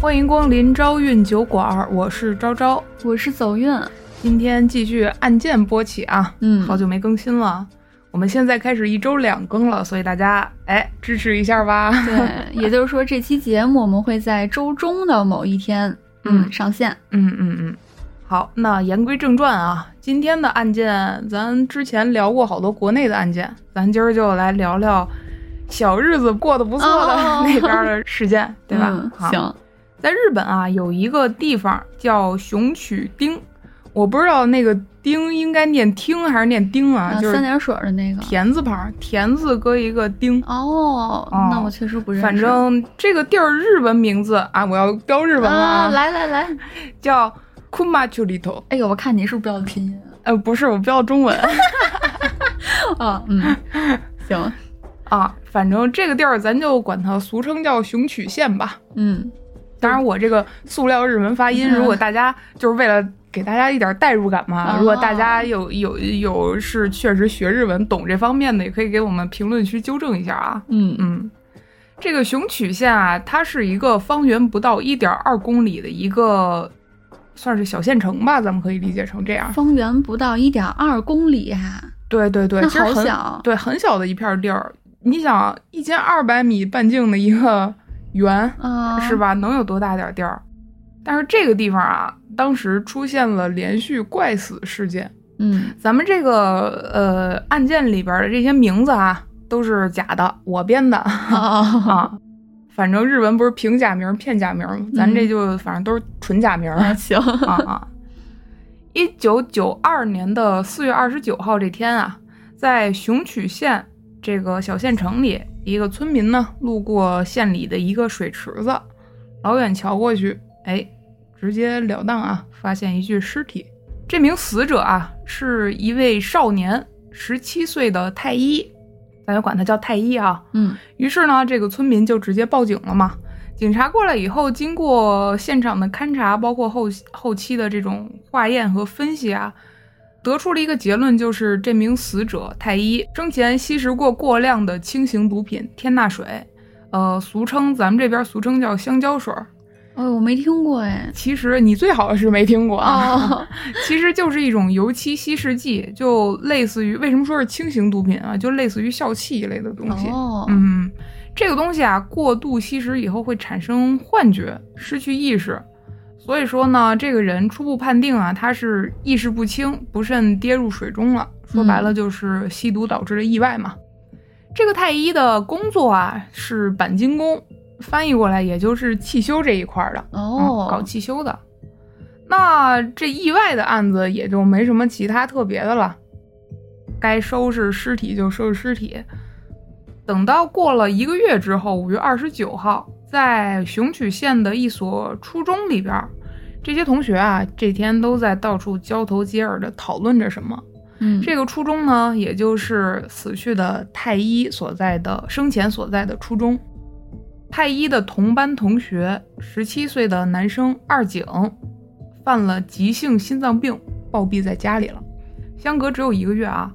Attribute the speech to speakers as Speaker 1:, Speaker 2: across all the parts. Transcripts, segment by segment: Speaker 1: 欢迎光临招运酒馆，我是昭昭。
Speaker 2: 我是走运，
Speaker 1: 今天继续按键播起啊，
Speaker 2: 嗯
Speaker 1: 好久没更新了，我们现在开始一周两更了，所以大家哎支持一下吧。
Speaker 2: 对，也就是说这期节目我们会在周中的某一天，
Speaker 1: 嗯
Speaker 2: 嗯，上线。
Speaker 1: 嗯嗯嗯，好，那言归正传啊，今天的案件咱之前聊过好多国内的案件，咱今儿就来聊聊小日子过得不错的
Speaker 2: 哦
Speaker 1: 那边儿的事件，对吧？
Speaker 2: 嗯
Speaker 1: 好，
Speaker 2: 行，
Speaker 1: 在日本啊有一个地方叫熊曲町，我不知道那个町应该念町还是念丁啊，
Speaker 2: 啊
Speaker 1: 就
Speaker 2: 三
Speaker 1: 是
Speaker 2: 点水的那个。
Speaker 1: 田字旁，田字搁一个丁。
Speaker 2: 哦，
Speaker 1: 哦
Speaker 2: 那我确实不认识。
Speaker 1: 反正这个地儿日文名字啊，我要标日文了
Speaker 2: 啊，来来来，
Speaker 1: 叫 Kumachurito，
Speaker 2: 哎呦，我看你是不是标的拼音
Speaker 1: 呃，不是，我标中文。
Speaker 2: 啊？嗯，行，
Speaker 1: 啊，反正这个地儿咱就管它俗称叫熊曲县吧。
Speaker 2: 嗯，
Speaker 1: 当然，我这个塑料日文发音，
Speaker 2: 嗯
Speaker 1: 如果大家就是为了给大家一点代入感嘛，
Speaker 2: 哦
Speaker 1: 如果大家有有有是确实学日文懂这方面的，也可以给我们评论区纠正一下啊。
Speaker 2: 嗯嗯
Speaker 1: 嗯，这个熊曲县啊，它是一个方圆不到一点二公里的一个算是小县城吧，咱们可以理解成这样。
Speaker 2: 方圆不到一点二公里啊，
Speaker 1: 对对对，
Speaker 2: 那
Speaker 1: 其实
Speaker 2: 好
Speaker 1: 很
Speaker 2: 小
Speaker 1: 对，很小的一片地儿。你想，一千二百米半径的一个圆，
Speaker 2: 啊，
Speaker 1: 是？吧？能有多大点儿地儿？但是这个地方啊，当时出现了连续怪死事件。
Speaker 2: 嗯
Speaker 1: 咱们这个呃案件里边的这些名字啊，都是假的，我编 的
Speaker 2: 哦，
Speaker 1: 啊。反正日文不是平假名、片假名吗？咱这就反正都是纯假名。
Speaker 2: 嗯啊行，
Speaker 1: 啊啊！一九九二年的四月二十九号这天啊，在熊曲县这个小县城里，一个村民呢路过县里的一个水池子，老远瞧过去，哎，直截了当啊，发现一具尸体。这名死者啊是一位少年，十七岁的太医，咱就管他叫太医啊。
Speaker 2: 嗯
Speaker 1: 于是呢，这个村民就直接报警了嘛。警察过来以后，经过现场的勘查，包括后后期的这种化验和分析啊，得出了一个结论，就是这名死者太一生前吸食过过量的轻型毒品天那水，呃，俗称咱们这边俗称叫香蕉水儿。
Speaker 2: 哦，我没听过哎，
Speaker 1: 其实你最好是没听过啊，
Speaker 2: 哦，
Speaker 1: 其实就是一种油漆稀释剂，就类似于为什么说是轻型毒品啊，就类似于笑气一类的东西。
Speaker 2: 哦，
Speaker 1: 嗯，这个东西啊，过度吸食以后会产生幻觉，失去意识。所以说呢，这个人初步判定啊，他是意识不清，不慎跌入水中了。说白了就是吸毒导致的意外嘛。这个太医的工作啊是钣金工，翻译过来也就是汽修这一块儿的，嗯，搞
Speaker 2: 哦，
Speaker 1: 汽修的。那这意外的案子也就没什么其他特别的了，该收拾尸体就收拾尸体。等到过了一个月之后，五月二十九号，在熊曲县的一所初中里边儿，这些同学啊，这天都在到处交头接耳的讨论着什么。
Speaker 2: 嗯，
Speaker 1: 这个初中呢，也就是死去的太一所在的生前所在的初中。太一的同班同学，十七岁的男生二井，犯了急性心脏病，暴毙在家里了，相隔只有一个月啊。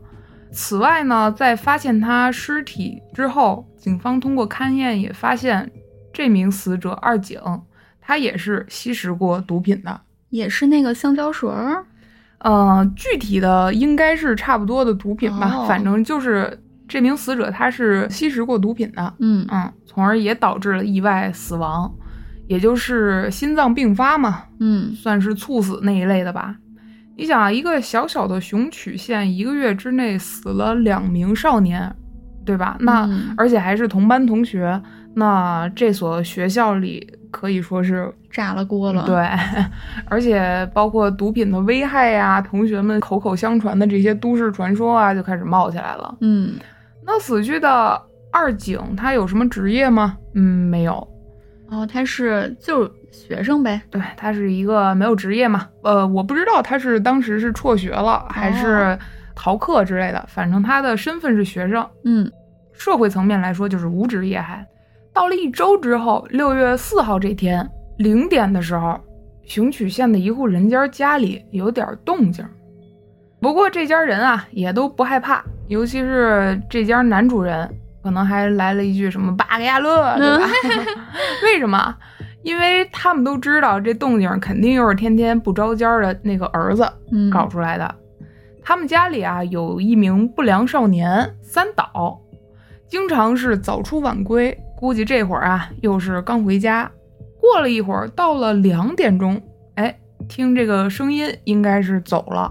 Speaker 1: 此外呢，在发现他尸体之后，警方通过勘验也发现，这名死者二井，他也是吸食过毒品的。
Speaker 2: 也是那个香蕉水儿。
Speaker 1: 呃，具体的应该是差不多的毒品吧，
Speaker 2: 哦
Speaker 1: 反正就是这名死者他是吸食过毒品的，
Speaker 2: 嗯
Speaker 1: 嗯，从而也导致了意外死亡，也就是心脏病发嘛，
Speaker 2: 嗯
Speaker 1: 算是猝死那一类的吧。你想啊，一个小小的熊曲县，一个月之内死了两名少年，对吧？那、
Speaker 2: 嗯
Speaker 1: 而且还是同班同学，那这所学校里可以说是
Speaker 2: 炸了锅了。
Speaker 1: 对， 而且包括毒品的危害呀、同学们口口相传的这些都市传说啊，就开始冒起来了。
Speaker 2: 嗯，
Speaker 1: 那死去的二井他有什么职业吗？嗯，没有。嗯
Speaker 2: 哦，他是就是学生呗。
Speaker 1: 对他是一个没有职业嘛，呃，我不知道他是当时是辍学了还是逃课之类的，反正他的身份是学生。
Speaker 2: 嗯
Speaker 1: 社会层面来说就是无职业还。到了一周之后，六月四号这天零点的时候，熊曲县的一户人家家里有点动静。不过这家人啊也都不害怕，尤其是这家男 主人，可能还来了一句什么“八个亚乐”，对吧？为什么？因为他们都知道这动静肯定又是天天不着家的那个儿子
Speaker 2: 嗯，
Speaker 1: 搞出来的。他们家里啊有一名不良少年三岛，经常是早出晚归，估计这会儿啊又是刚回家。过了一会儿，到了两点钟，哎，听这个声音应该是走了。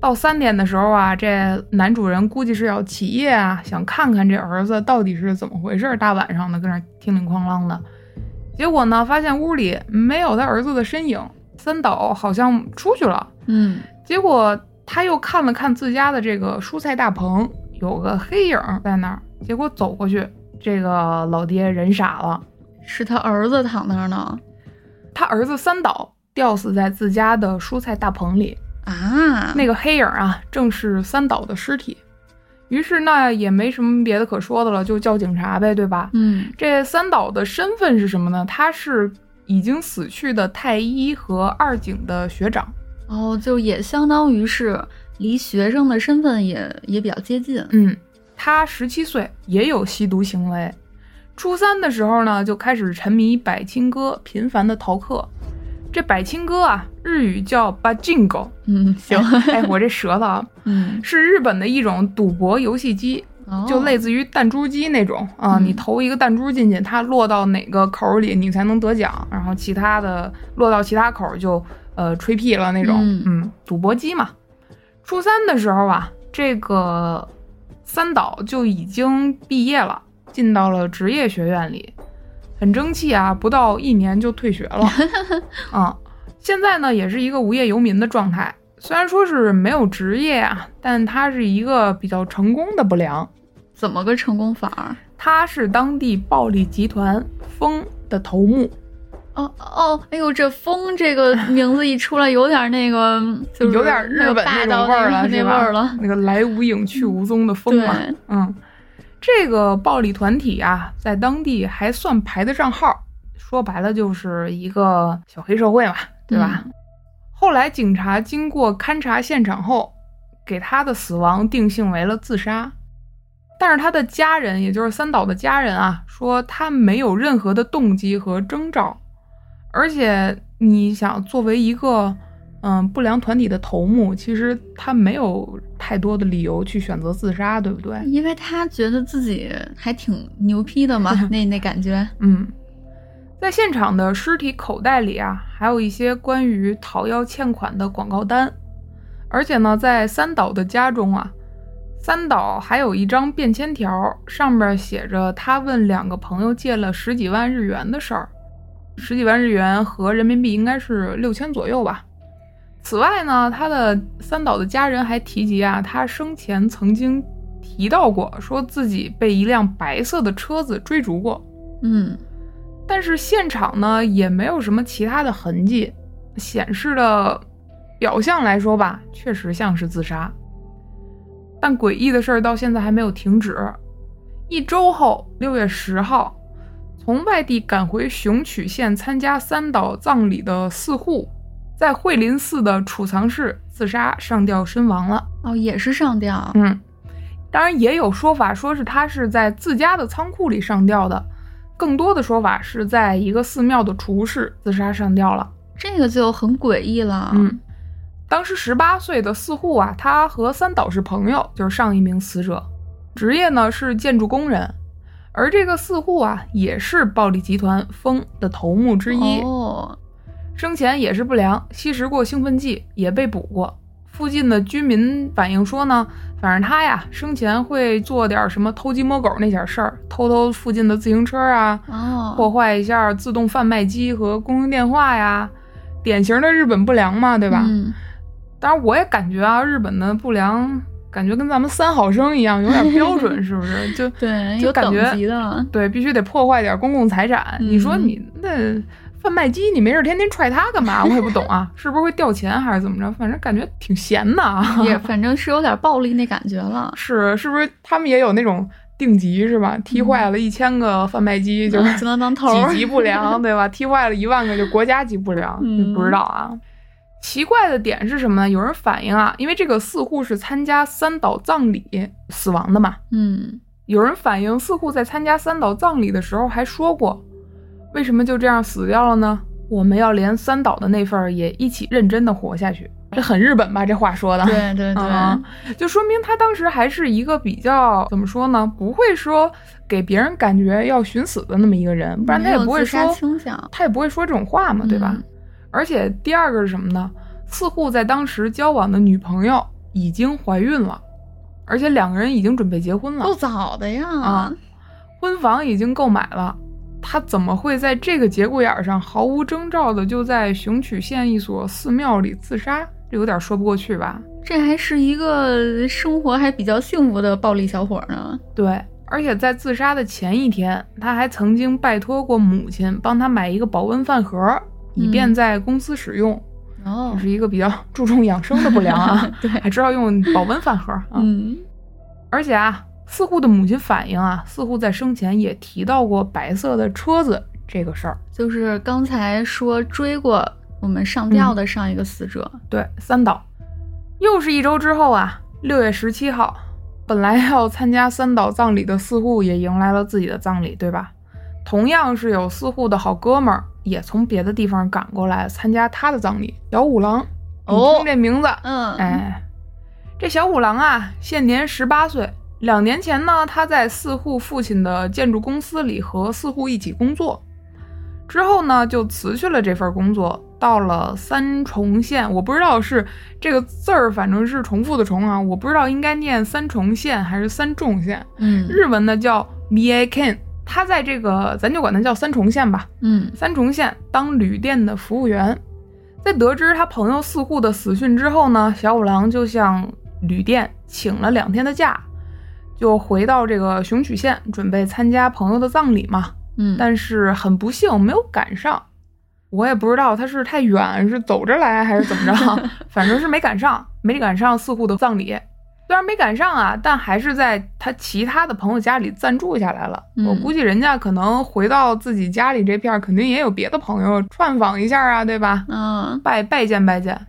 Speaker 1: 到三点的时候啊，这男主人估计是要起夜啊，想看看这儿子到底是怎么回事儿，大晚上的跟那儿叮铃哐啷的。结果呢，发现屋里没有他儿子的身影，三岛好像出去了。
Speaker 2: 嗯
Speaker 1: 结果他又看了看自家的这个蔬菜大棚，有个黑影在那儿。结果走过去，这个老爹人傻了，
Speaker 2: 是他儿子躺那儿呢
Speaker 1: 他儿子三岛吊死在自家的蔬菜大棚里。
Speaker 2: 啊，
Speaker 1: 那个黑影啊，正是三岛的尸体。于是那也没什么别的可说的了，就叫警察呗，对吧？
Speaker 2: 嗯
Speaker 1: 这三岛的身份是什么呢？他是已经死去的太一和二井的学长。
Speaker 2: 哦，就也相当于是离学生的身份也也比较接近，
Speaker 1: 嗯，他十七岁也有吸毒行为。初三的时候呢，就开始沉迷百青歌，频繁的逃课。这百青歌啊，日语叫 bajingo。
Speaker 2: 嗯行，
Speaker 1: 哎，我这舌头啊，
Speaker 2: 嗯
Speaker 1: 是日本的一种赌博游戏机，
Speaker 2: 哦
Speaker 1: 嗯就类似于弹珠机那种啊。
Speaker 2: 嗯
Speaker 1: 你投一个弹珠进去，它落到哪个口里，你才能得奖。然后其他的落到其他口就呃吹屁了那种。
Speaker 2: 嗯
Speaker 1: 嗯，赌博机嘛。初三的时候啊，这个三岛就已经毕业了，进到了职业学院里，很争气啊，不到一年就退学 了。啊，现在呢也是一个无业游民的状态。虽然说是没有职业啊，但他是一个比较成功的不良。
Speaker 2: 怎么个成功法儿？
Speaker 1: 他是当地暴力集团风的头目，
Speaker 2: 哦哦，哎呦，这风这个名字一出来，有点那个，就是
Speaker 1: 有点日本那
Speaker 2: 那个霸道
Speaker 1: 种味儿
Speaker 2: 那
Speaker 1: 了，
Speaker 2: 个那
Speaker 1: 是
Speaker 2: 味
Speaker 1: 吧？
Speaker 2: 儿了。
Speaker 1: 那个来无影去无踪的风嘛。
Speaker 2: 对
Speaker 1: 嗯，这个暴力团体啊，在当地还算排得上号，说白了就是一个小黑社会
Speaker 2: 嗯
Speaker 1: 嘛，对吧？后来警察经过勘察现场后，给他的死亡定性为了自杀。但是他的家人，也就是三岛的家人啊，说他没有任何的动机和征兆，而且你想，作为一个嗯不良团体的头目，其实他没有太多的理由去选择自杀，对不对？
Speaker 2: 因为他觉得自己还挺牛批的 嘛，那那感觉，
Speaker 1: 嗯，在现场的尸体口袋里啊，还有一些关于讨要欠款的广告单，而且呢，在三岛的家中啊，三岛还有一张便签条，上面写着他问两个朋友借了十几万日元的事儿，十几万日元合人民币应该是六千左右吧。此外呢，他的三岛的家人还提及啊，他生前曾经提到过，说自己被一辆白色的车子追逐过。
Speaker 2: 嗯，
Speaker 1: 但是现场呢也没有什么其他的痕迹，显示的表象来说吧，确实像是自杀。但诡异的事儿到现在还没有停止。一周后，六月十号，从外地赶回熊曲县参加三岛葬礼的四户，在惠林寺的储藏室自杀上吊身亡了。
Speaker 2: 哦，也是上吊，
Speaker 1: 嗯，当然也有说法说是他是在自家的仓库里上吊的，更多的说法是在一个寺庙的厨师自杀上吊了。
Speaker 2: 这个就很诡异了。，
Speaker 1: 嗯，当时十八岁的四户啊，他和三岛是朋友，就是上一名死者，职业呢是建筑工人，而这个四户啊也是暴力集团风的头目之一。
Speaker 2: 哦，
Speaker 1: 生前也是不良，吸食过兴奋剂，也被捕过。附近的居民反映说呢，反正他呀生前会做点什么偷鸡摸狗那点事儿，偷偷附近的自行车啊，
Speaker 2: 哦，
Speaker 1: 破坏一下自动贩卖机和公用电话呀，典型的日本不良嘛，对吧？
Speaker 2: 嗯，
Speaker 1: 当然，我也感觉啊，日本的不良感觉跟咱们三好生一样，有点标 准，是不是？就
Speaker 2: 对，
Speaker 1: 就
Speaker 2: 有
Speaker 1: 感
Speaker 2: 等
Speaker 1: 觉
Speaker 2: 级的，
Speaker 1: 对，必须得破坏点公共财产。
Speaker 2: 嗯
Speaker 1: 你说你那贩卖机，你没事天天踹它干嘛？我也不懂 啊，是不是会掉钱还是怎么着？反正感觉挺闲的啊。
Speaker 2: 也反正是有点暴力那感觉了。
Speaker 1: 是是不是他们也有那种定级是吧？踢坏了一千个贩卖机就是
Speaker 2: 嗯嗯就能当头儿
Speaker 1: 几级不良对吧？踢坏了一万个就国家级不良，
Speaker 2: 嗯
Speaker 1: 不知道啊。奇怪的点是什么呢？有人反映啊，因为这个四户是参加三岛葬礼死亡的嘛，
Speaker 2: 嗯，
Speaker 1: 有人反映，四户在参加三岛葬礼的时候还说过，为什么就这样死掉了呢？我们要连三岛的那份儿也一起认真的活下去，这很日本吧？这话说的，
Speaker 2: 对对对，
Speaker 1: 嗯，就说明他当时还是一个比较怎么说呢，不会说给别人感觉要寻死的那么一个人，不然他也不
Speaker 2: 没有
Speaker 1: 会
Speaker 2: 自杀
Speaker 1: 说，
Speaker 2: 倾向，
Speaker 1: 他也不会说这种话嘛，对吧？
Speaker 2: 嗯
Speaker 1: 而且第二个是什么呢？似乎在当时交往的女朋友已经怀孕了，而且两个人已经准备结婚了
Speaker 2: 够，早的呀。
Speaker 1: 啊婚房已经购买了。他怎么会在这个节骨眼儿上毫无征兆的就在熊曲县一所寺庙里自杀？这有点说不过去吧？
Speaker 2: 这还是一个生活还比较幸福的暴力小伙呢。
Speaker 1: 对，而且在自杀的前一天，他还曾经拜托过母亲帮他买一个保温饭盒，以便在公司使用。
Speaker 2: 哦
Speaker 1: 也，是一个比较注重养生的不良 啊
Speaker 2: ，对
Speaker 1: 还知道用保温饭盒啊。
Speaker 2: 嗯，
Speaker 1: 而且啊，似乎的母亲反映啊，似乎在生前也提到过白色的车子这个事儿。
Speaker 2: 就是刚才说追过我们上
Speaker 1: 嗯
Speaker 2: 吊的上一个死者，
Speaker 1: 对，三岛。又是一周之后啊，六月十七号，本来要参加三岛葬礼的四户也迎来了自己的葬礼，对吧？同样是有四户的好哥们儿也从别的地方赶过来参加他的葬礼，小五郎。你
Speaker 2: 哦
Speaker 1: 听这名字，
Speaker 2: 嗯，
Speaker 1: 哎，这小五郎啊，现年十八岁。两年前呢，他在四户父亲的建筑公司里和四户一起工作，之后呢就辞去了这份工作，到了三重县。我不知道是这个字儿，反正是重复的重啊，我不知道应该念三重县还是三重县。
Speaker 2: 嗯
Speaker 1: 日文呢叫 Miaken，他在这个咱就管他叫三重县吧。
Speaker 2: 嗯，
Speaker 1: 三重县当旅店的服务员。在得知他朋友四户的死讯之后呢，小五郎就向旅店请了两天的假，就回到这个熊曲县，准备参加朋友的葬礼嘛。
Speaker 2: 嗯，
Speaker 1: 但是很不幸没有赶上，我也不知道他是太远是走着来还是怎么着，反正是没赶上，没赶上四户的葬礼。虽然没赶上啊，但还是在他其他的朋友家里暂住下来了。
Speaker 2: 嗯
Speaker 1: 我估计人家可能回到自己家里这片儿，肯定也有别的朋友串访一下啊，对吧？
Speaker 2: 嗯
Speaker 1: 拜拜见拜见。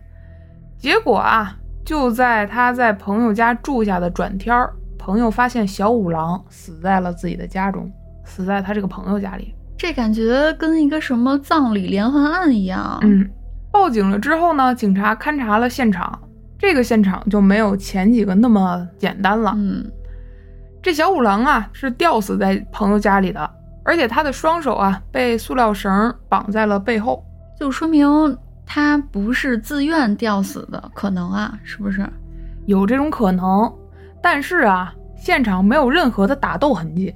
Speaker 1: 结果啊，就在他在朋友家住下的转天儿，朋友发现小五郎死在了自己的家中，死在他这个朋友家里。
Speaker 2: 这感觉跟一个什么葬礼连环案一样。
Speaker 1: 嗯，报警了之后呢，警察勘察了现场，这个现场就没有前几个那么简单了。
Speaker 2: 嗯
Speaker 1: 这小五郎啊是吊死在朋友家里的，而且他的双手啊被塑料绳绑在了背后。
Speaker 2: 就说明他不是自愿吊死的，可能啊，是不是？
Speaker 1: 有这种可能，但是啊，现场没有任何的打斗痕迹，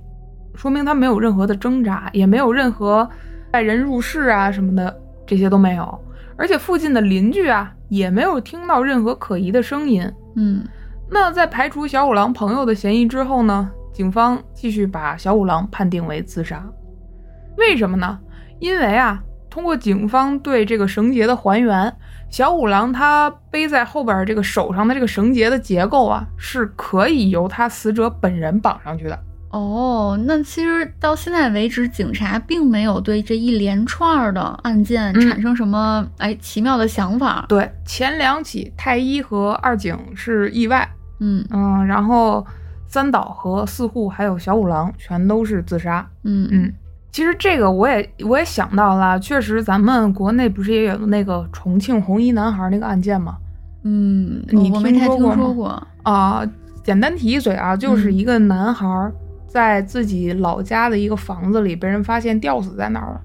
Speaker 1: 说明他没有任何的挣扎，也没有任何带人入室啊什么的，这些都没有。而且附近的邻居啊也没有听到任何可疑的声音。
Speaker 2: 嗯
Speaker 1: 那在排除小五郎朋友的嫌疑之后呢，警方继续把小五郎判定为自杀。为什么呢？因为啊，通过警方对这个绳结的还原，小五郎他背在后边这个手上的这个绳结的结构啊，是可以由他死者本人绑上去的。
Speaker 2: 哦，那其实到现在为止，警察并没有对这一连串儿的案件
Speaker 1: 嗯
Speaker 2: 产生什么、哎奇妙的想法。
Speaker 1: 对，前两起太一和二井是意外，
Speaker 2: 嗯
Speaker 1: 嗯，然后三岛和四户还有小五郎全都是自杀。
Speaker 2: 嗯
Speaker 1: 嗯，其实这个我也我也想到了，确实咱们国内不是也有那个重庆红衣男孩那个案件吗？
Speaker 2: 嗯，
Speaker 1: 你
Speaker 2: 我我没
Speaker 1: 听
Speaker 2: 太
Speaker 1: 说
Speaker 2: 听
Speaker 1: 过吗
Speaker 2: 说过。
Speaker 1: 啊、简单提一嘴啊，就是
Speaker 2: 嗯
Speaker 1: 一个男孩在自己老家的一个房子里被人发现吊死在那儿了。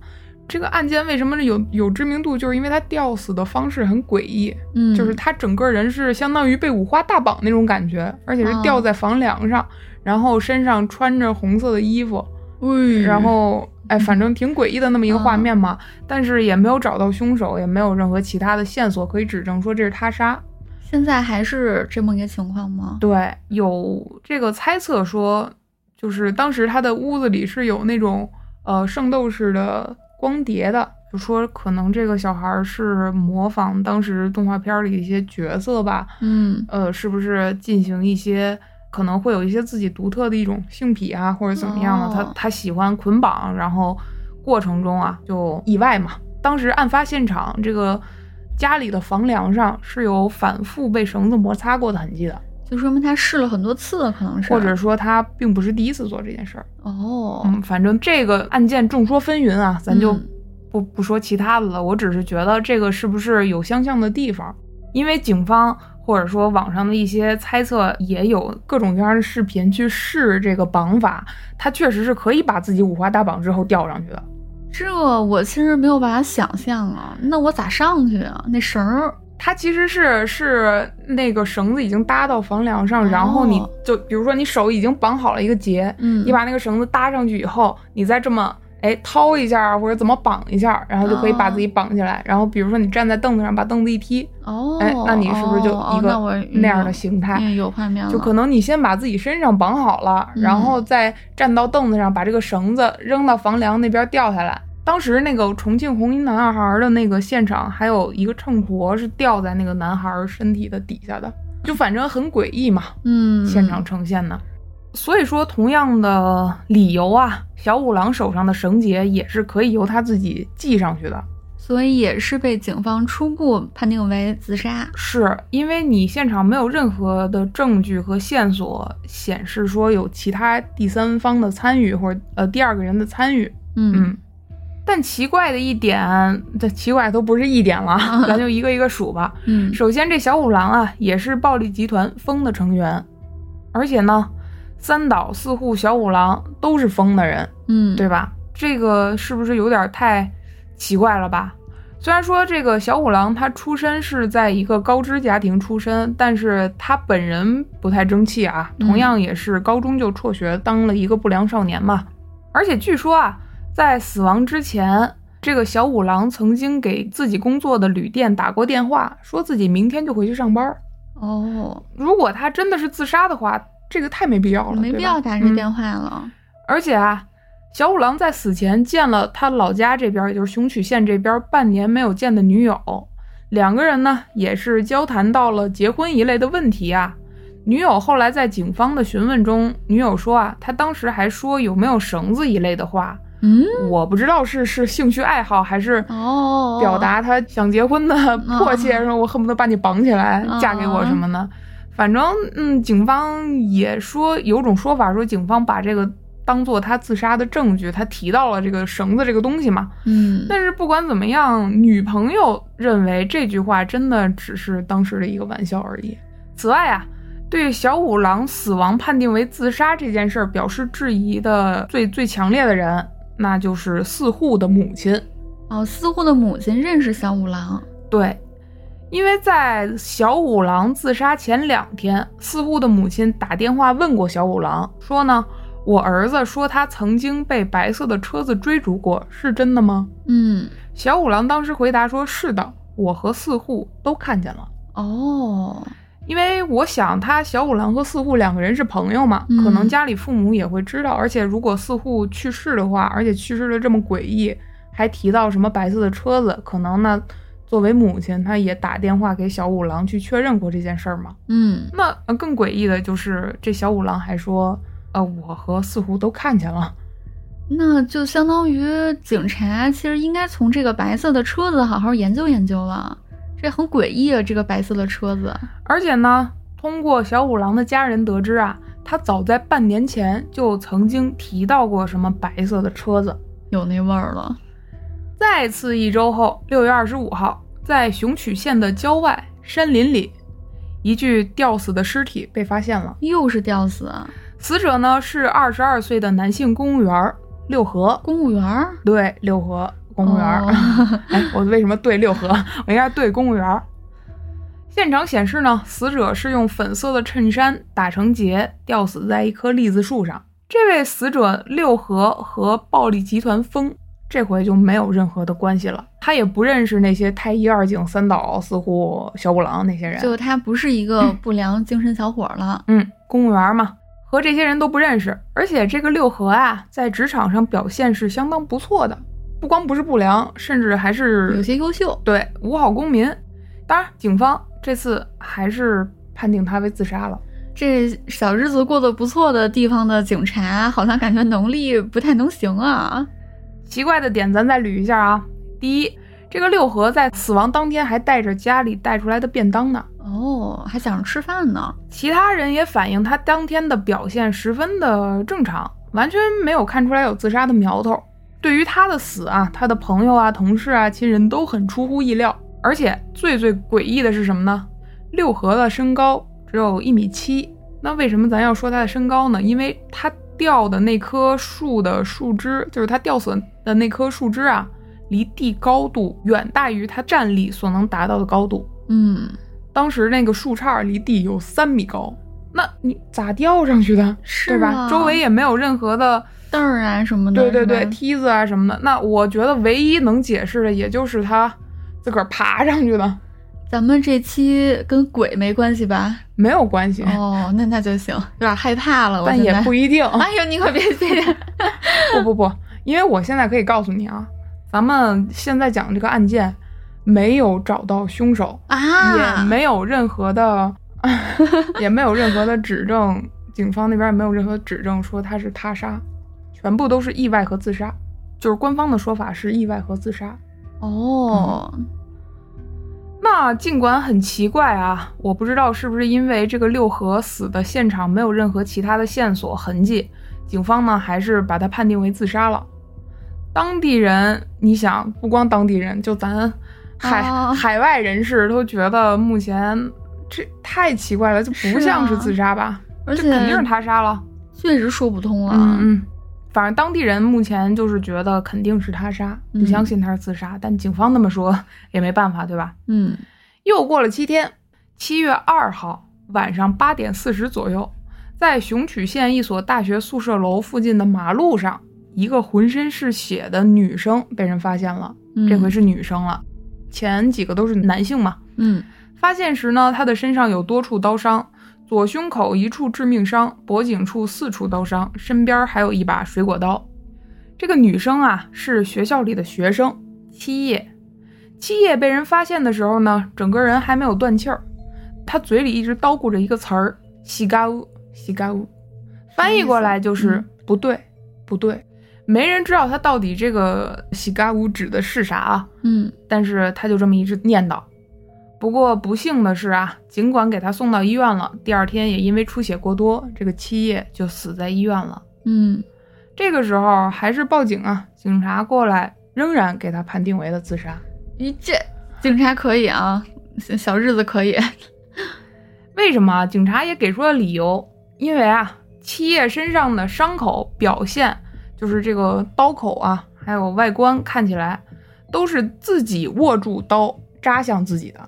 Speaker 1: 这个案件为什么有有知名度，就是因为他吊死的方式很诡异，
Speaker 2: 嗯，
Speaker 1: 就是他整个人是相当于被五花大绑那种感觉，而且是吊在房梁上，然后身上穿着红色的衣服，
Speaker 2: 哎，
Speaker 1: 然后哎，反正挺诡异的那么一个画面嘛，但是也没有找到凶手，也没有任何其他的线索可以指证说这是他杀。
Speaker 2: 现在还是这么一个情况吗？
Speaker 1: 对，有这个猜测说，就是当时他的屋子里是有那种呃圣斗士的光碟的，就说可能这个小孩儿是模仿当时动画片儿里的一些角色吧，
Speaker 2: 嗯
Speaker 1: 呃，是不是进行一些可能会有一些自己独特的一种性癖啊，或者怎么样的？
Speaker 2: 哦
Speaker 1: 他他喜欢捆绑，然后过程中啊就意外嘛。当时案发现场这个家里的房梁上是有反复被绳子摩擦过的痕迹的，
Speaker 2: 就说明他试了很多次，可能是啊
Speaker 1: 或者说他并不是第一次做这件事儿。
Speaker 2: 哦，
Speaker 1: 嗯，反正这个案件众说纷纭啊，咱就
Speaker 2: 嗯
Speaker 1: 不、不说其他的了。我只是觉得这个是不是有相像的地方，因为警方或者说网上的一些猜测也有各种各样的视频去试这个绑法，他确实是可以把自己五花大绑之后吊上去的。
Speaker 2: 这我其实没有办法想象啊，那我咋上去啊？那绳儿，
Speaker 1: 它其实是是那个绳子已经搭到房梁上，
Speaker 2: 哦
Speaker 1: 然后你就比如说你手已经绑好了一个结，
Speaker 2: 嗯，
Speaker 1: 你把那个绳子搭上去以后，你再这么哎掏一下或者怎么绑一下，然后就可以把自己绑起来。然后比如说你站在凳子上，把凳子一踢，
Speaker 2: 哦，
Speaker 1: 哎，那你是不是就
Speaker 2: 哦
Speaker 1: 一
Speaker 2: 哦那我
Speaker 1: 个那样的
Speaker 2: 嗯
Speaker 1: 形态？
Speaker 2: 嗯，有画面了，
Speaker 1: 就可能你先把自己身上绑好了，
Speaker 2: 嗯
Speaker 1: 然后再站到凳子上，把这个绳子扔到房梁那边掉下来。当时那个重庆红衣男孩的那个现场，还有一个秤砣是掉在那个男孩身体的底下的，就反正很诡异嘛，
Speaker 2: 嗯，
Speaker 1: 现场呈现的。所以说，同样的理由啊，小五郎手上的绳结也是可以由他自己系上去的。
Speaker 2: 所以也是被警方初步判定为自杀。
Speaker 1: 是因为你现场没有任何的证据和线索显示说有其他第三方的参与或者呃第二个人的参与，
Speaker 2: 嗯
Speaker 1: 嗯。但奇怪的一点，这奇怪都不是一点了，咱就一个一个数吧。
Speaker 2: 嗯
Speaker 1: 首先，这小五郎啊也是暴力集团风的成员，而且呢，三岛、四户、小五郎都是风的人，
Speaker 2: 嗯，
Speaker 1: 对吧？这个是不是有点太奇怪了吧？虽然说这个小五郎他出身是在一个高知家庭出身，但是他本人不太争气啊，
Speaker 2: 嗯
Speaker 1: 同样也是高中就辍学，当了一个不良少年嘛。而且据说啊，在死亡之前，这个小五郎曾经给自己工作的旅店打过电话，说自己明天就回去上班儿。
Speaker 2: 哦，
Speaker 1: 如果他真的是自杀的话，这个太没必要了，
Speaker 2: 没
Speaker 1: 对吧
Speaker 2: 必要打
Speaker 1: 嗯
Speaker 2: 这电话了。
Speaker 1: 而且啊，小五郎在死前见了他老家这边，也就是熊曲县这边半年没有见的女友，两个人呢也是交谈到了结婚一类的问题啊。女友后来在警方的询问中，女友说啊，她当时还说有没有绳子一类的话，
Speaker 2: 嗯，
Speaker 1: 我不知道是是兴趣爱好还是
Speaker 2: 哦
Speaker 1: 表达她想结婚的迫切，说我恨不得把你绑起来
Speaker 2: 嗯
Speaker 1: 嫁给我什么的。反正嗯，警方也说有种说法说警方把这个当做他自杀的证据，他提到了这个绳子这个东西嘛。
Speaker 2: 嗯，
Speaker 1: 但是不管怎么样，女朋友认为这句话真的只是当时的一个玩笑而已。此外啊，对小五郎死亡判定为自杀这件事儿表示质疑的最最强烈的人，那就是四户的母亲。
Speaker 2: 哦，似乎的母亲认识小五郎。
Speaker 1: 对，因为在小五郎自杀前两天，四户的母亲打电话问过小五郎，说呢，我儿子说他曾经被白色的车子追逐过，是真的吗？
Speaker 2: 嗯，
Speaker 1: 小五郎当时回答说：“是的，我和四户都看见了。”
Speaker 2: 哦，
Speaker 1: 因为我想，他小五郎和四户两个人是朋友嘛，
Speaker 2: 嗯
Speaker 1: 可能家里父母也会知道。而且，如果四户去世的话，而且去世的这么诡异，还提到什么白色的车子，可能呢，作为母亲，她也打电话给小五郎去确认过这件事儿嘛。
Speaker 2: 嗯，
Speaker 1: 那呃更诡异的就是，这小五郎还说，呃，我和四户都看见了。
Speaker 2: 那就相当于警察其实应该从这个白色的车子好好研究研究了。这很诡异啊，这个白色的车子。
Speaker 1: 而且呢，通过小五郎的家人得知啊，他早在半年前就曾经提到过什么白色的车子。
Speaker 2: 有那味儿了，
Speaker 1: 再次一周后，六月二十五号，在熊曲县的郊外山林里，一具吊死的尸体被发现了。
Speaker 2: 又是吊死啊
Speaker 1: 死者呢是二十二岁的男性公务员儿六合，
Speaker 2: 公务员 儿。
Speaker 1: 对，六合公务员儿。
Speaker 2: 哦
Speaker 1: 哎，我为什么对六合？我应该是对公务员儿。现场显示呢，死者是用粉色的衬衫打成结，吊死在一棵栗子树上。这位死者六合和暴力集团风这回就没有任何的关系了，他也不认识那些太一、二井、三岛、四户、小五郎那些人。
Speaker 2: 就他不是一个不良精神小伙儿了。
Speaker 1: 嗯，公务员嘛，和这些人都不认识。而且这个六合啊，在职场上表现是相当不错的，不光不是不良，甚至还是
Speaker 2: 有些优秀。
Speaker 1: 对五好公民。当然，警方这次还是判定他为自杀了。
Speaker 2: 这小日子过得不错的地方的警察，好像感觉能力不太能行啊。
Speaker 1: 奇怪的点，咱再捋一下啊。第一，这个六合在死亡当天还带着家里带出来的便当呢，
Speaker 2: 哦，还想着吃饭呢。
Speaker 1: 其他人也反映他当天的表现十分的正常，完全没有看出来有自杀的苗头。对于他的死啊，他的朋友啊、同事啊、亲人都很出乎意料。而且最最诡异的是什么呢？六合的身高只有一米七，那为什么咱要说他的身高呢？因为他掉的那棵树的树枝，就是他掉损的那棵树枝啊，离地高度远大于他站立所能达到的高度。
Speaker 2: 嗯，
Speaker 1: 当时那个树杈儿离地有三米高，那你咋吊上去的？
Speaker 2: 是
Speaker 1: 对吧？
Speaker 2: 啊
Speaker 1: 周围也没有任何的，
Speaker 2: 凳儿啊什么的，
Speaker 1: 对对对，
Speaker 2: 是吧
Speaker 1: 梯子啊什么的。那我觉得唯一能解释的，也就是他自个儿爬上去的，
Speaker 2: 咱们这期跟鬼没关系吧？
Speaker 1: 没有关系，
Speaker 2: 哦，那那就行，有点害怕了。我
Speaker 1: 但
Speaker 2: 现
Speaker 1: 也
Speaker 2: 在
Speaker 1: 不一定。
Speaker 2: 哎呦，你可别信！
Speaker 1: 不不不，因为我现在可以告诉你啊，咱们现在讲这个案件，没有找到凶手，
Speaker 2: 啊，
Speaker 1: 也没有任何的， 也没有任何的指证，警方那边也没有任何指证说他是他杀，全部都是意外和自杀，就是官方的说法是意外和自杀。
Speaker 2: 哦，
Speaker 1: 嗯那尽管很奇怪啊，我不知道是不是因为这个六合死的现场没有任何其他的线索痕迹，警方呢还是把他判定为自杀了。当地人，你想，不光当地人，就咱海、
Speaker 2: 哦
Speaker 1: 海外人士都觉得目前这太奇怪了，就不像是自杀吧？
Speaker 2: 啊而
Speaker 1: 这
Speaker 2: 且
Speaker 1: 肯定是他杀了。
Speaker 2: 确实说不通了。
Speaker 1: 嗯嗯，反正当地人目前就是觉得肯定是他杀，不
Speaker 2: 嗯
Speaker 1: 相信他是自杀，但警方那么说也没办法，对吧？
Speaker 2: 嗯
Speaker 1: 又过了七天，七月二号晚上八点四十左右，在熊曲县一所大学宿舍楼附近的马路上，一个浑身是血的女生被人发现了。
Speaker 2: 嗯
Speaker 1: 这回是女生了，前几个都是男性嘛。
Speaker 2: 嗯
Speaker 1: 发现时呢，她的身上有多处刀伤，左胸口一处致命伤，脖颈处四处刀伤，身边还有一把水果刀。这个女生啊，是学校里的学生七叶。七叶被人发现的时候呢，整个人还没有断气儿，她嘴里一直叨咕着一个词儿“西嘎乌西嘎乌”，翻译过来就是
Speaker 2: 嗯
Speaker 1: “不对，不对”。没人知道她到底这个“西嘎乌”指的是啥啊？
Speaker 2: 嗯
Speaker 1: 但是他就这么一直念叨。不过不幸的是啊，尽管给他送到医院了，第二天也因为出血过多，这个七叶就死在医院了。
Speaker 2: 嗯，
Speaker 1: 这个时候还是报警啊，警察过来仍然给他判定为了自杀。
Speaker 2: 你这警察可以啊，小小日子可以。
Speaker 1: 为什么啊？警察也给出了理由，因为啊，七叶身上的伤口表现，就是这个刀口啊，还有外观看起来，都是自己握住刀扎向自己的。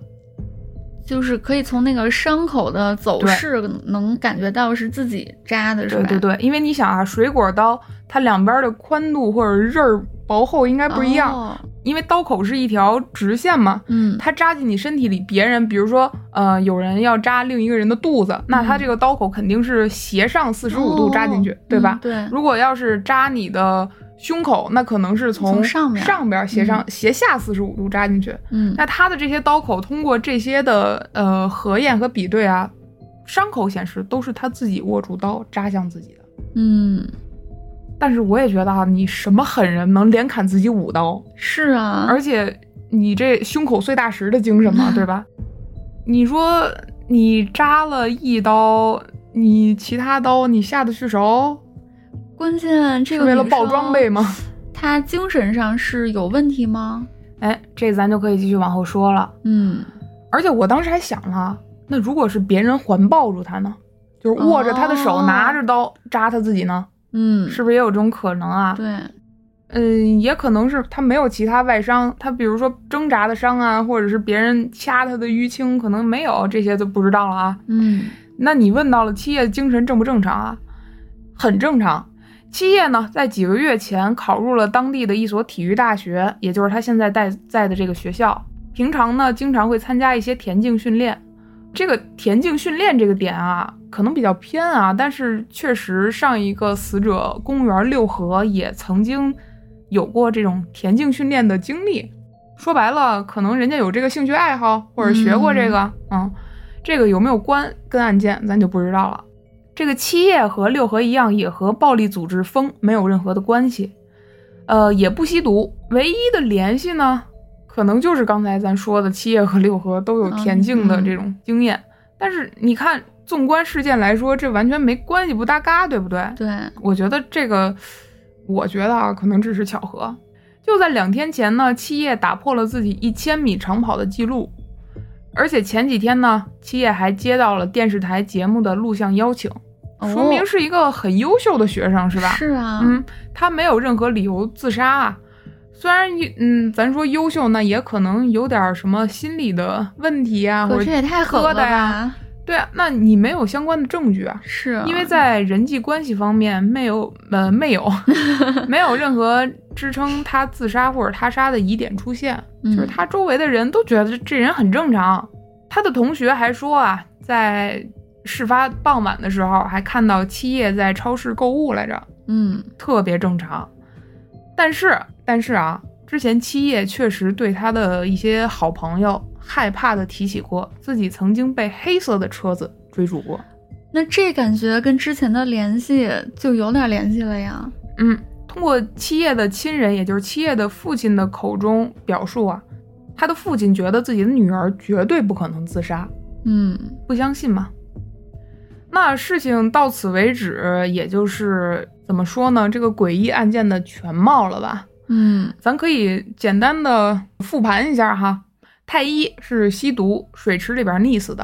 Speaker 2: 就是可以从那个伤口的走势能感觉到是自己扎的，是吧？
Speaker 1: 对对对，因为你想啊，水果刀它两边的宽度或者刃儿薄厚应该不一样，
Speaker 2: 哦
Speaker 1: 因为刀口是一条直线嘛。
Speaker 2: 嗯，
Speaker 1: 它扎进你身体里，别人比如说，呃，有人要扎另一个人的肚子，那它这个刀口肯定是斜上四十五度扎进去，
Speaker 2: 嗯哦
Speaker 1: 对吧
Speaker 2: 嗯？对，
Speaker 1: 如果要是扎你的胸口，那可能是从
Speaker 2: 从上面
Speaker 1: 上边斜上、斜下四十五度扎进去。
Speaker 2: 嗯
Speaker 1: 那它的这些刀口通过这些的呃核验和比对啊，伤口显示都是他自己握住刀扎向自己的。
Speaker 2: 嗯，
Speaker 1: 但是我也觉得啊，你什么狠人能连砍自己五刀？
Speaker 2: 是啊，
Speaker 1: 而且你这胸口碎大石的精 神嘛，对吧？你说你扎了一刀，你其他刀你下得去手？
Speaker 2: 关键这
Speaker 1: 是
Speaker 2: 个
Speaker 1: 为了
Speaker 2: 女
Speaker 1: 爆
Speaker 2: 生
Speaker 1: 装备吗？
Speaker 2: 她精神上是有问题吗？
Speaker 1: 哎，这咱就可以继续往后说了。
Speaker 2: 嗯，
Speaker 1: 而且我当时还想了，那如果是别人环抱住他呢？就是握着他的手，
Speaker 2: 哦
Speaker 1: 拿着刀扎他自己呢？
Speaker 2: 嗯，
Speaker 1: 是不是也有这种可能啊？
Speaker 2: 对，
Speaker 1: 嗯，也可能是他没有其他外伤，他比如说挣扎的伤啊，或者是别人掐他的淤青，可能没有，这些就不知道了啊。
Speaker 2: 嗯
Speaker 1: 那你问到了七叶精神正不正常啊？很正常。七叶呢，在几个月前考入了当地的一所体育大学，也就是他现在在在的这个学校。平常呢，经常会参加一些田径训练。这个田径训练这个点啊，可能比较偏啊，但是确实上一个死者公园六合也曾经有过这种田径训练的经历。说白了，可能人家有这个兴趣爱好，或者学过这个，嗯这个有没有关跟案件，咱就不知道了。这个七叶和六合一样，也和暴力组织风没有任何的关系，呃，也不吸毒。唯一的联系呢，可能就是刚才咱说的七叶和六合都有田径的这种经验，但是你看，纵观事件来说，这完全没关系不搭嘎，对不对？
Speaker 2: 对，
Speaker 1: 我觉得这个，我觉得啊，可能只是巧合。就在两天前呢，七叶打破了自己一千米长跑的记录，而且前几天呢，七叶还接到了电视台节目的录像邀请，说明
Speaker 2: 哦
Speaker 1: 是一个很优秀的学生，是吧？
Speaker 2: 是啊，
Speaker 1: 嗯，他没有任何理由自杀啊。虽然嗯，咱说优秀呢，也可能有点儿什么心理的问题啊，或
Speaker 2: 可
Speaker 1: 者
Speaker 2: 这也太狠了
Speaker 1: 疙瘩呀。
Speaker 2: 吧？
Speaker 1: 对啊，那你没有相关的证据啊，
Speaker 2: 是
Speaker 1: 因为在人际关系方面没有呃没 有没有任何支撑他自杀或者他杀的疑点出现，就是
Speaker 2: 嗯
Speaker 1: 他周围的人都觉得这这人很正常。他的同学还说啊，在事发傍晚的时候还看到七叶在超市购物来着，
Speaker 2: 嗯
Speaker 1: 特别正常。但是，但是啊，之前七叶确实对他的一些好朋友害怕的提起过，自己曾经被黑色的车子追逐过。
Speaker 2: 那这感觉跟之前的联系就有点联系了呀。
Speaker 1: 嗯，通过七叶的亲人，也就是七叶的父亲的口中表述啊，他的父亲觉得自己的女儿绝对不可能自杀，
Speaker 2: 嗯，
Speaker 1: 不相信嘛。那事情到此为止，也就是怎么说呢，这个诡异案件的全貌了吧？
Speaker 2: 嗯，
Speaker 1: 咱可以简单的复盘一下哈。太一是吸毒，水池里边溺死的；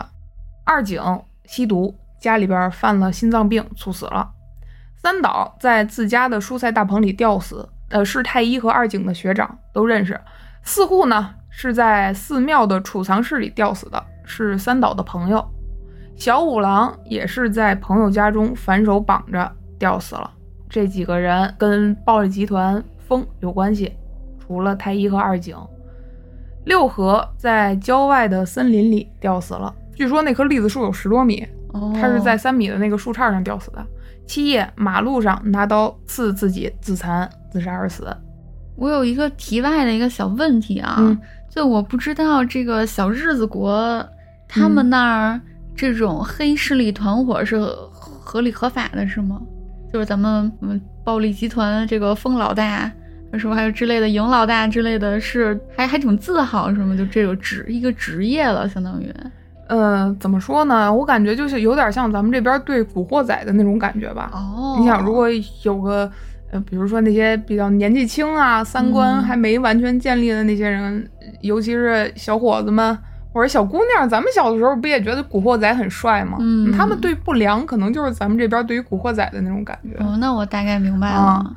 Speaker 1: 二井吸毒，家里边犯了心脏病，猝死了；三岛在自家的蔬菜大棚里吊死，呃，是太一和二井的学长，都认识。四户呢是在寺庙的储藏室里吊死的，是三岛的朋友。小五郎也是在朋友家中反手绑着吊死了。这几个人跟暴力集团风有关系，除了太一和二井。六合在郊外的森林里吊死了，据说那棵栗子树有十多米，
Speaker 2: 哦，
Speaker 1: 他是在三米的那个树杈上吊死的。七夜马路上拿刀刺自己自残自杀而死。
Speaker 2: 我有一个题外的一个小问题啊，
Speaker 1: 嗯
Speaker 2: 就我不知道这个小日子国他们
Speaker 1: 嗯
Speaker 2: 那儿这种黑势力团伙是合理合法的，是吗？就是咱们嗯暴力集团这个风老大，什么还有之类的营老大之类的是还还挺自豪是吗？就这个职一个职业了，相当于
Speaker 1: 呃，怎么说呢？我感觉就是有点像咱们这边对古惑仔的那种感觉吧。
Speaker 2: 哦
Speaker 1: 你想，如果有个呃，比如说那些比较年纪轻啊、三观
Speaker 2: 嗯
Speaker 1: 还没完全建立的那些人，尤其是小伙子们或者小姑娘，咱们小的时候不也觉得古惑仔很帅吗？
Speaker 2: 嗯
Speaker 1: 他们对不良可能就是咱们这边对于古惑仔的那种感觉。
Speaker 2: 哦，那我大概明白了，
Speaker 1: 啊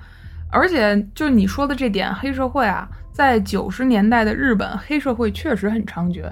Speaker 1: 而且就你说的这点，黑社会啊，在九十年代的日本，黑社会确实很猖獗。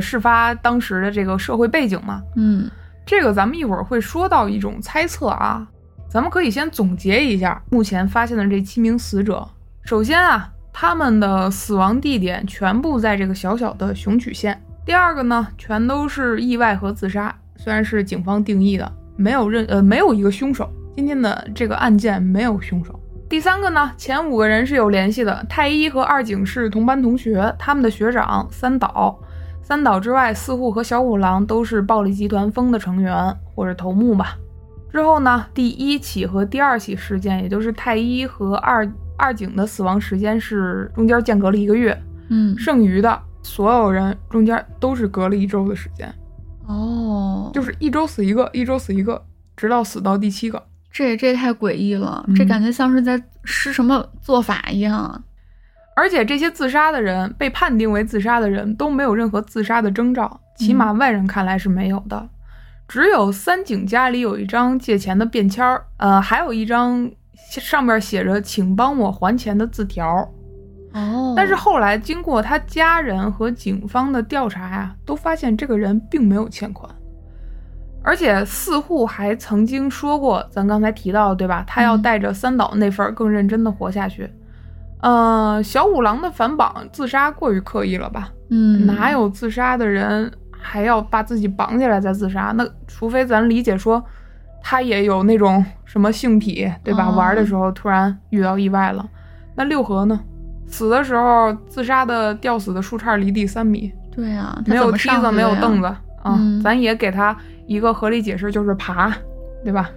Speaker 1: 事发当时的这个社会背景嘛，
Speaker 2: 嗯
Speaker 1: 这个咱们一会儿会说到一种猜测啊，咱们可以先总结一下目前发现的这七名死者。首先啊，他们的死亡地点全部在这个小小的熊曲县。第二个呢，全都是意外和自杀，虽然是警方定义的，没有任呃没有一个凶手。今天的这个案件没有凶手。第三个呢，前五个人是有联系的，太一和二井是同班同学，他们的学长三岛。三岛之外，四户和小五郎都是暴力集团风的成员或者头目吧。之后呢，第一起和第二起事件，也就是太一和二二井的死亡时间是中间间隔了一个月，
Speaker 2: 嗯，
Speaker 1: 剩余的所有人中间都是隔了一周的时间，
Speaker 2: 哦，
Speaker 1: 就是一周死一个，一周死一个，直到死到第七个。
Speaker 2: 这这也太诡异了，
Speaker 1: 嗯
Speaker 2: 这感觉像是在施什么做法一样。
Speaker 1: 而且这些自杀的人被判定为自杀的人都没有任何自杀的征兆，起码外人看来是没有的。只有三井家里有一张借钱的便签儿，呃，还有一张上面写着“请帮我还钱”的字条儿。
Speaker 2: 哦
Speaker 1: 但是后来经过他家人和警方的调查呀、都发现这个人并没有欠款，而且四户还曾经说过，咱刚才提到的对吧？他要
Speaker 2: 嗯
Speaker 1: 带着三岛那份儿更认真的活下去。呃，小五郎的反绑自杀过于刻意了吧？
Speaker 2: 嗯，
Speaker 1: 哪有自杀的人还要把自己绑起来再自杀？那除非咱理解说，他也有那种什么性癖，对吧？
Speaker 2: 哦
Speaker 1: 玩的时候突然遇到意外了。那六合呢？死的时候自杀的吊死的树杈离地三米，
Speaker 2: 对啊，他
Speaker 1: 没有
Speaker 2: 怎么
Speaker 1: 梯
Speaker 2: 上
Speaker 1: 子，
Speaker 2: 去
Speaker 1: 没有
Speaker 2: 的呀
Speaker 1: 凳子。啊、
Speaker 2: 嗯
Speaker 1: 咱也给他一个合理解释，就是爬，对吧？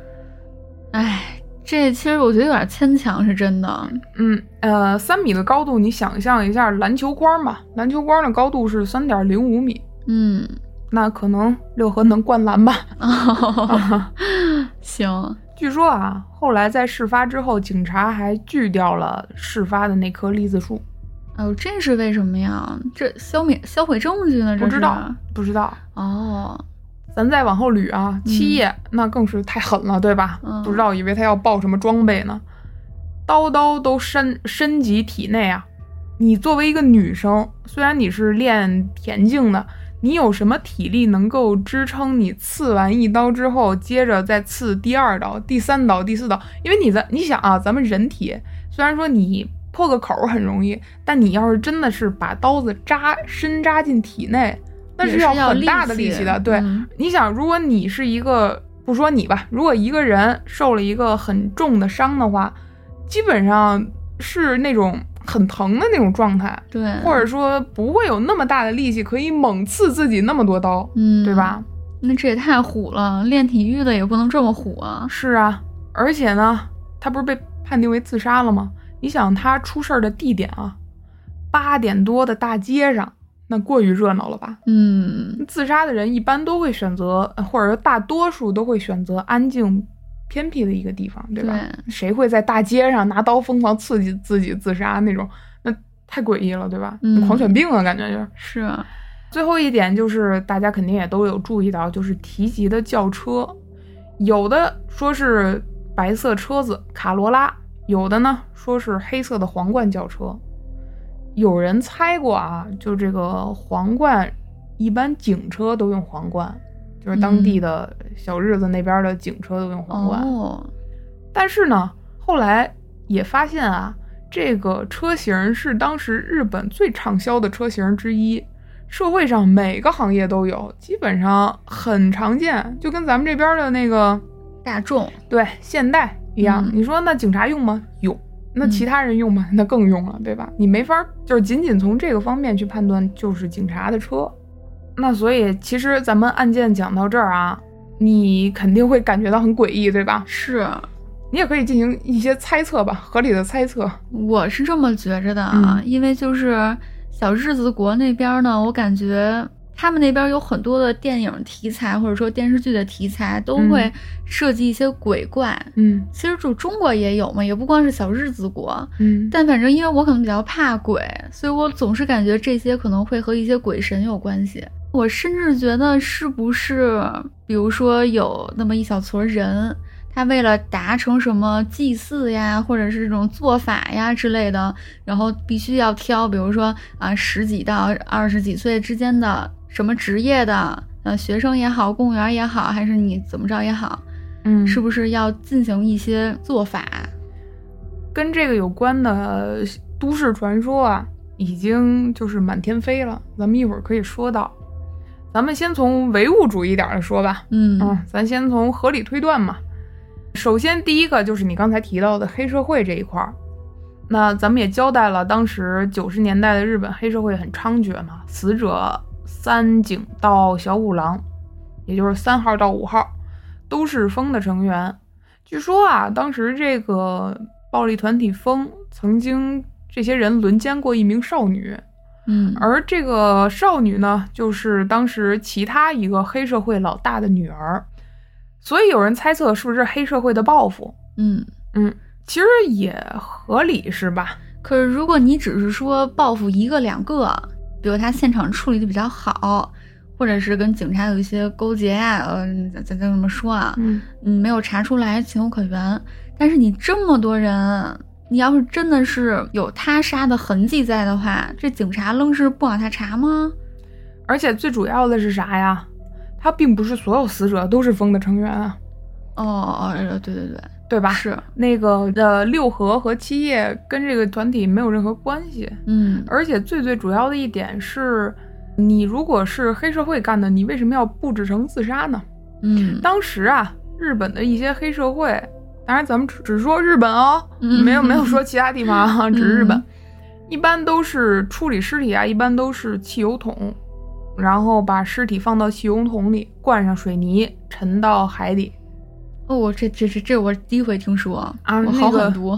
Speaker 2: 哎，这其实我觉得有点牵强，是真的。
Speaker 1: 嗯，呃，三米的高度， 你想象一下篮球框吧，篮球框的高度是三点零五米，
Speaker 2: 嗯，
Speaker 1: 那可能六合能灌篮吧。
Speaker 2: 哦，行，
Speaker 1: 据说啊，后来在事发之后，警察还锯掉了事发的那棵栗子树，
Speaker 2: 哦，这是为什么呀？这消灭销毁证据呢？这
Speaker 1: 不
Speaker 2: 是啊
Speaker 1: 知道，不知道。
Speaker 2: 哦，
Speaker 1: 咱再往后捋啊，七夜、那更是太狠了，对吧？
Speaker 2: 嗯
Speaker 1: 不知道以为他要爆什么装备呢，刀刀都深深及体内啊！你作为一个女生，虽然你是练田径的，你有什么体力能够支撑你刺完一刀之后，接着再刺第二刀、第三刀、第四刀？因为你在你想啊，咱们人体虽然说你破个口儿很容易，但你要是真的是把刀子扎深扎进体内，那
Speaker 2: 也是
Speaker 1: 要
Speaker 2: 要
Speaker 1: 很大
Speaker 2: 力
Speaker 1: 的力
Speaker 2: 气
Speaker 1: 气的。对，
Speaker 2: 嗯
Speaker 1: 你想，如果你是一个不说你吧，如果一个人受了一个很重的伤的话，基本上是那种很疼的那种状态，
Speaker 2: 对，
Speaker 1: 或者说不会有那么大的力气可以猛刺自己那么多刀，
Speaker 2: 嗯，
Speaker 1: 对吧？？
Speaker 2: 那这也太虎了，练体育的也不能这么虎啊！
Speaker 1: 是啊，而且呢，他不是被判定为自杀了吗？你想他出事儿的地点啊，八点多的大街上，那过于热闹了吧？
Speaker 2: 嗯，
Speaker 1: 自杀的人一般都会选择，呃或者说大多数都会选择安静、偏僻的一个地方，对吧？谁会在大街上拿刀疯狂刺激自己自杀那种？那太诡异了，对吧？
Speaker 2: 嗯
Speaker 1: 狂犬病啊，感觉就是。
Speaker 2: 是，
Speaker 1: 最后一点就是，大家肯定也都有注意到，就是提及的轿车，有的说是白色车子卡罗拉，有的呢说是黑色的皇冠轿车。有人猜过啊，就这个皇冠，一般警车都用皇冠，就是当地的小日子那边的警车都用皇冠。
Speaker 2: 哦，
Speaker 1: 但是呢，后来也发现啊，这个车型是当时日本最畅销的车型之一，社会上每个行业都有，基本上很常见，就跟咱们这边的那个
Speaker 2: 大众，
Speaker 1: 对现代一样。
Speaker 2: 嗯
Speaker 1: 你说那警察用吗？用。那其他人用吗？ 那更用了，对吧？你没法儿就是仅仅从这个方面去判断，就是警察的车。那所以其实咱们案件讲到这儿啊，你肯定会感觉到很诡异，对吧？
Speaker 2: 是，
Speaker 1: 你也可以进行一些猜测吧，合理的猜测。
Speaker 2: 我是这么觉着的啊，
Speaker 1: 嗯
Speaker 2: 因为就是小日子国那边呢，我感觉他们那边有很多的电影题材或者说电视剧的题材都
Speaker 1: 嗯
Speaker 2: 会设计一些鬼怪。
Speaker 1: 嗯
Speaker 2: 其实就中国也有嘛，也不光是小日子国。
Speaker 1: 嗯，
Speaker 2: 但反正因为我可能比较怕鬼，所以我总是感觉这些可能会和一些鬼神有关系。我甚至觉得是不是，比如说有那么一小撮人，他为了达成什么祭祀呀，或者是这种做法呀之类的，然后必须要挑，比如说啊十几到二十几岁之间的什么职业的，呃学生也好，公务员也好，还是你怎么着也好，
Speaker 1: 嗯，
Speaker 2: 是不是要进行一些做法？
Speaker 1: 跟这个有关的都市传说啊，已经就是满天飞了。咱们一会儿可以说到。咱们先从唯物主义点儿的说吧。嗯，咱先从合理推断嘛。首先，第一个就是你刚才提到的黑社会这一块儿。那咱们也交代了，当时九十年代的日本黑社会很猖獗嘛，死者三井到小五郎，也就是三号到五号，都是风的成员。据说啊，当时这个暴力团体风曾经这些人轮奸过一名少女，
Speaker 2: 嗯，
Speaker 1: 而这个少女呢，就是当时其他一个黑社会老大的女儿，所以有人猜测是不是黑社会的报复？
Speaker 2: 嗯。
Speaker 1: 其实也合理，是吧？
Speaker 2: 可是如果你只是说报复一个两个，比如他现场处理的比较好，或者是跟警察有一些勾结呀、呃，咱咱咱这么说啊，
Speaker 1: 嗯，
Speaker 2: 嗯，没有查出来情有可原。但是你这么多人，你要是真的是有他杀的痕迹在的话，这警察愣是不往下查吗？
Speaker 1: 而且最主要的是啥呀？他并不是所有死者都是风的成员啊，
Speaker 2: 哦哦，呃对对对，
Speaker 1: 对吧？
Speaker 2: 是，
Speaker 1: 那个呃，六合和七叶跟这个团体没有任何关系。
Speaker 2: 嗯，
Speaker 1: 而且最最主要的一点是，你如果是黑社会干的，你为什么要布置成自杀呢？
Speaker 2: 嗯，
Speaker 1: 当时啊，日本的一些黑社会，当然咱们只只说日本哦，
Speaker 2: 嗯
Speaker 1: 没有没有说其他地方啊，只是日本
Speaker 2: 嗯，
Speaker 1: 一般都是处理尸体啊，一般都是汽油桶，然后把尸体放到汽油桶里，灌上水泥，沉到海底。
Speaker 2: 哦，我这这这这我第一回听说
Speaker 1: 啊
Speaker 2: 我
Speaker 1: 那
Speaker 2: 好
Speaker 1: 个
Speaker 2: 狠毒。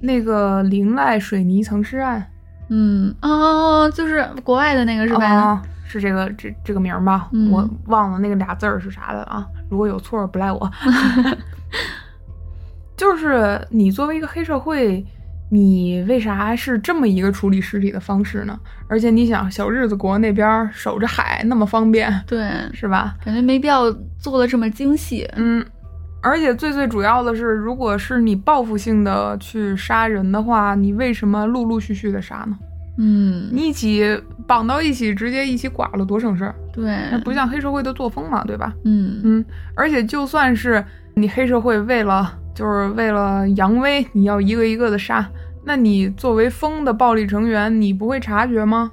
Speaker 1: 那个林濑水泥藏尸案
Speaker 2: 嗯哦，就是国外的那个是吧？
Speaker 1: 啊是这个这这个名儿吗？
Speaker 2: 嗯
Speaker 1: 我忘了那个俩字儿是啥的啊，如果有错儿不赖 我。就是你作为一个黑社会，你为啥是这么一个处理尸体的方式呢？而且你想，小日子国那边儿守着海那么方便，
Speaker 2: 对，
Speaker 1: 是吧？
Speaker 2: 感觉没必要做的这么精细。
Speaker 1: 嗯，而且最最主要的是，如果是你报复性的去杀人的话，你为什么陆陆续续的杀呢？
Speaker 2: 嗯，
Speaker 1: 你一起绑到一起，直接一起剐了，多省事儿。
Speaker 2: 对，
Speaker 1: 那不像黑社会的作风嘛，对吧？
Speaker 2: 嗯
Speaker 1: 嗯，而且就算是你黑社会为了就是为了扬威，你要一个一个的杀，那你作为风的暴力成员，你不会察觉吗？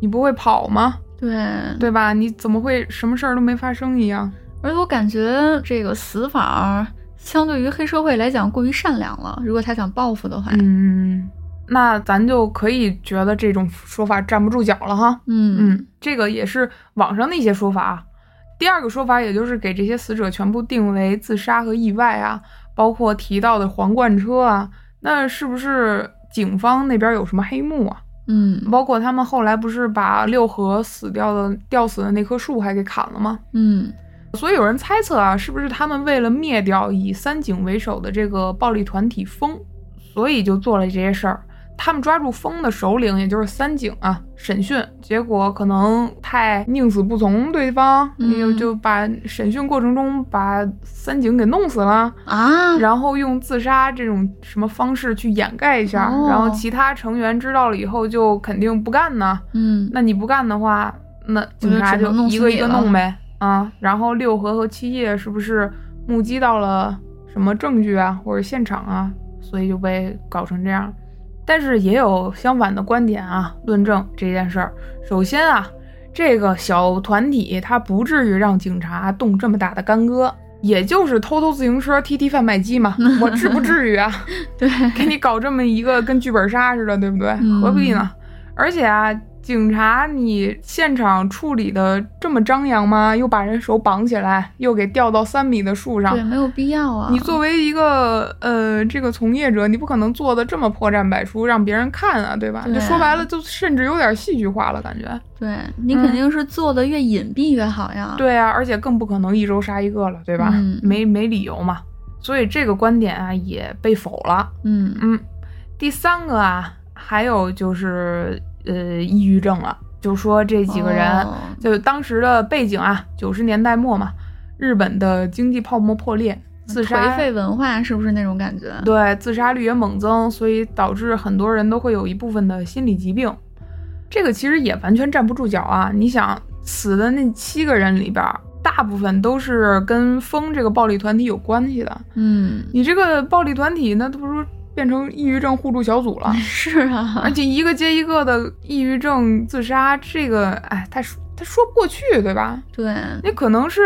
Speaker 1: 你不会跑吗？
Speaker 2: 对，
Speaker 1: 对吧？你怎么会什么事儿都没发生一样？
Speaker 2: 而且我感觉这个死法儿相对于黑社会来讲过于善良了。如果他想报复的话，
Speaker 1: 嗯，那咱就可以觉得这种说法站不住脚了哈。
Speaker 2: 嗯
Speaker 1: 嗯，这个也是网上的一些说法啊。第二个说法，也就是给这些死者全部定为自杀和意外啊，包括提到的皇冠车啊，那是不是警方那边有什么黑幕啊？
Speaker 2: 嗯
Speaker 1: 包括他们后来不是把六合死掉的吊死的那棵树还给砍了吗？
Speaker 2: 嗯
Speaker 1: 所以有人猜测啊，是不是他们为了灭掉以三井为首的这个暴力团体风，所以就做了这些事儿？他们抓住风的首领，也就是三井啊，审讯，结果可能太宁死不从对方，
Speaker 2: 嗯
Speaker 1: 就就把审讯过程中把三井给弄死了，
Speaker 2: 啊，
Speaker 1: 然后用自杀这种什么方式去掩盖一下，
Speaker 2: 哦
Speaker 1: 然后其他成员知道了以后就肯定不干呢，
Speaker 2: 嗯
Speaker 1: 那你不干的话，那警察就一个一个弄呗啊。然后六合和七叶是不是目击到了什么证据啊，或者现场啊，所以就被搞成这样？但是也有相反的观点啊，论证这件事儿。首先啊，这个小团体他不至于让警察动这么大的干戈，也就是偷偷自行车、踢踢贩卖机嘛，我至不至于啊。
Speaker 2: 对，
Speaker 1: 给你搞这么一个跟剧本杀似的，对不对？
Speaker 2: 嗯
Speaker 1: 何必呢？而且啊，警察你现场处理的这么张扬吗？又把人手绑起来，又给吊到三米的树上
Speaker 2: 对，。没有必要啊。
Speaker 1: 你作为一个呃这个从业者，你不可能做的这么破绽百出，让别人看啊，对吧？
Speaker 2: 对啊啊
Speaker 1: 就说白了，就甚至有点戏剧化了，感觉。
Speaker 2: 对你
Speaker 1: 嗯
Speaker 2: 肯定是做的越隐蔽越好呀。
Speaker 1: 对啊，而且更不可能一周杀一个了，对吧？
Speaker 2: 嗯
Speaker 1: 没没理由嘛。所以这个观点啊也被否了。
Speaker 2: 嗯
Speaker 1: 嗯，第三个啊，还有就是呃，抑郁症了，就说这几个人，
Speaker 2: 哦
Speaker 1: 就当时的背景啊，九十年代末嘛，日本的经济泡沫破裂，自杀
Speaker 2: 颓废文化是不是那种感觉？
Speaker 1: 对自杀率也猛增，所以导致很多人都会有一部分的心理疾病。这个其实也完全站不住脚啊！你想死的那七个人里边儿，大部分都是跟风这个暴力团体有关系的。
Speaker 2: 嗯，
Speaker 1: 你这个暴力团体，那不是变成抑郁症互助小组了？
Speaker 2: 是啊
Speaker 1: 而，且一个接一个的抑郁症自杀，这个哎，他说他说不过去，对吧？
Speaker 2: 对，
Speaker 1: 那可能是，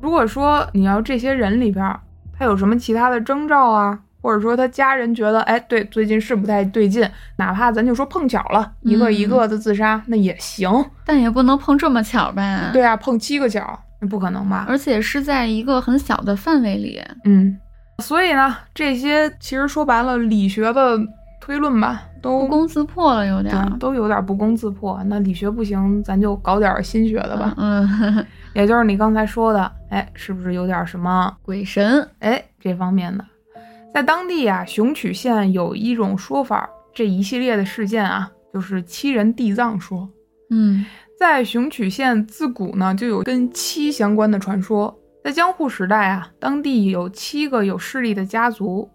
Speaker 1: 如果说你要这些人里边儿，他有什么其他的征兆啊，或者说他家人觉得，哎，对，最近是不太对劲，哪怕咱就说碰巧了，一个
Speaker 2: 嗯
Speaker 1: 一个的自杀、那也行，
Speaker 2: 但也不能碰这么巧吧？，
Speaker 1: 对啊，碰七个角，那不可能吧？
Speaker 2: 而且是在一个很小的范围里。
Speaker 1: 嗯，所以呢，这些其实说白了，理学的推论吧，
Speaker 2: 不啊
Speaker 1: 都
Speaker 2: 攻自破了，有点儿
Speaker 1: 对，都有点不攻自破。那理学不行，咱就搞点心学的吧。
Speaker 2: 嗯，
Speaker 1: 也就是你刚才说的，哎，是不是有点什么
Speaker 2: 鬼神，
Speaker 1: 哎这方面的？在当地啊，熊曲县有一种说法，这一系列的事件啊，就是七人地藏说。
Speaker 2: 嗯
Speaker 1: 在熊曲县自古呢，就有跟七相关的传说。在江户时代啊，当地有七个有势力的家族，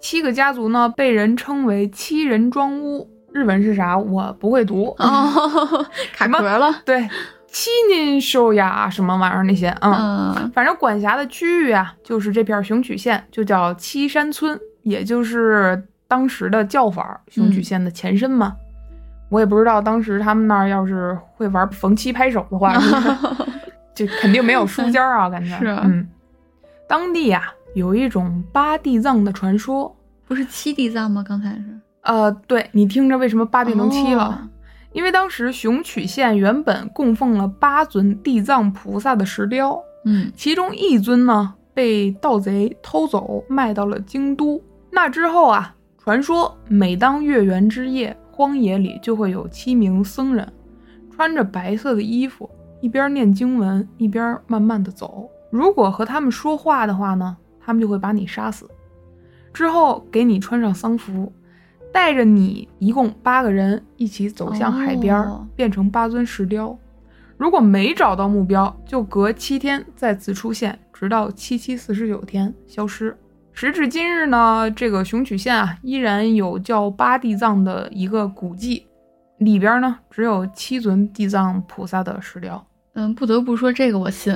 Speaker 1: 七个家族呢被人称为七人庄屋。日文是啥？我不会读。
Speaker 2: 哦，卡壳了，
Speaker 1: 对，七年寿呀，什么玩意儿那些啊。嗯
Speaker 2: 嗯
Speaker 1: 反正管辖的区域啊，就是这片熊曲县，就叫七山村，也就是当时的叫法儿熊
Speaker 2: 嗯
Speaker 1: 曲县的前身嘛。我也不知道当时他们那儿要是会玩逢七拍手的 话，就肯定没有书尖儿啊，感觉
Speaker 2: 是啊
Speaker 1: 嗯，当地啊有一种八地藏的传说，
Speaker 2: 不是七地藏吗？刚才是
Speaker 1: 呃，对你听着，为什么八变成七了？
Speaker 2: 哦
Speaker 1: 因为当时熊曲县原本供奉了八尊地藏菩萨的石雕，
Speaker 2: 嗯
Speaker 1: 其中一尊呢被盗贼偷走，卖到了京都。那之后啊，传说每当月圆之夜，荒野里就会有七名僧人，穿着白色的衣服，一边念经文，一边慢慢的走。如果和他们说话的话呢，他们就会把你杀死，之后给你穿上丧服，带着你一共八个人一起走向海边儿
Speaker 2: 哦，
Speaker 1: 变成八尊石雕。如果没找到目标，就隔七天再次出现，直到七七四十九天消失。时至今日呢，这个熊曲县啊，依然有叫八地藏的一个古迹，里边呢只有七尊地藏菩萨的石雕，
Speaker 2: 嗯，不得不说这个我信，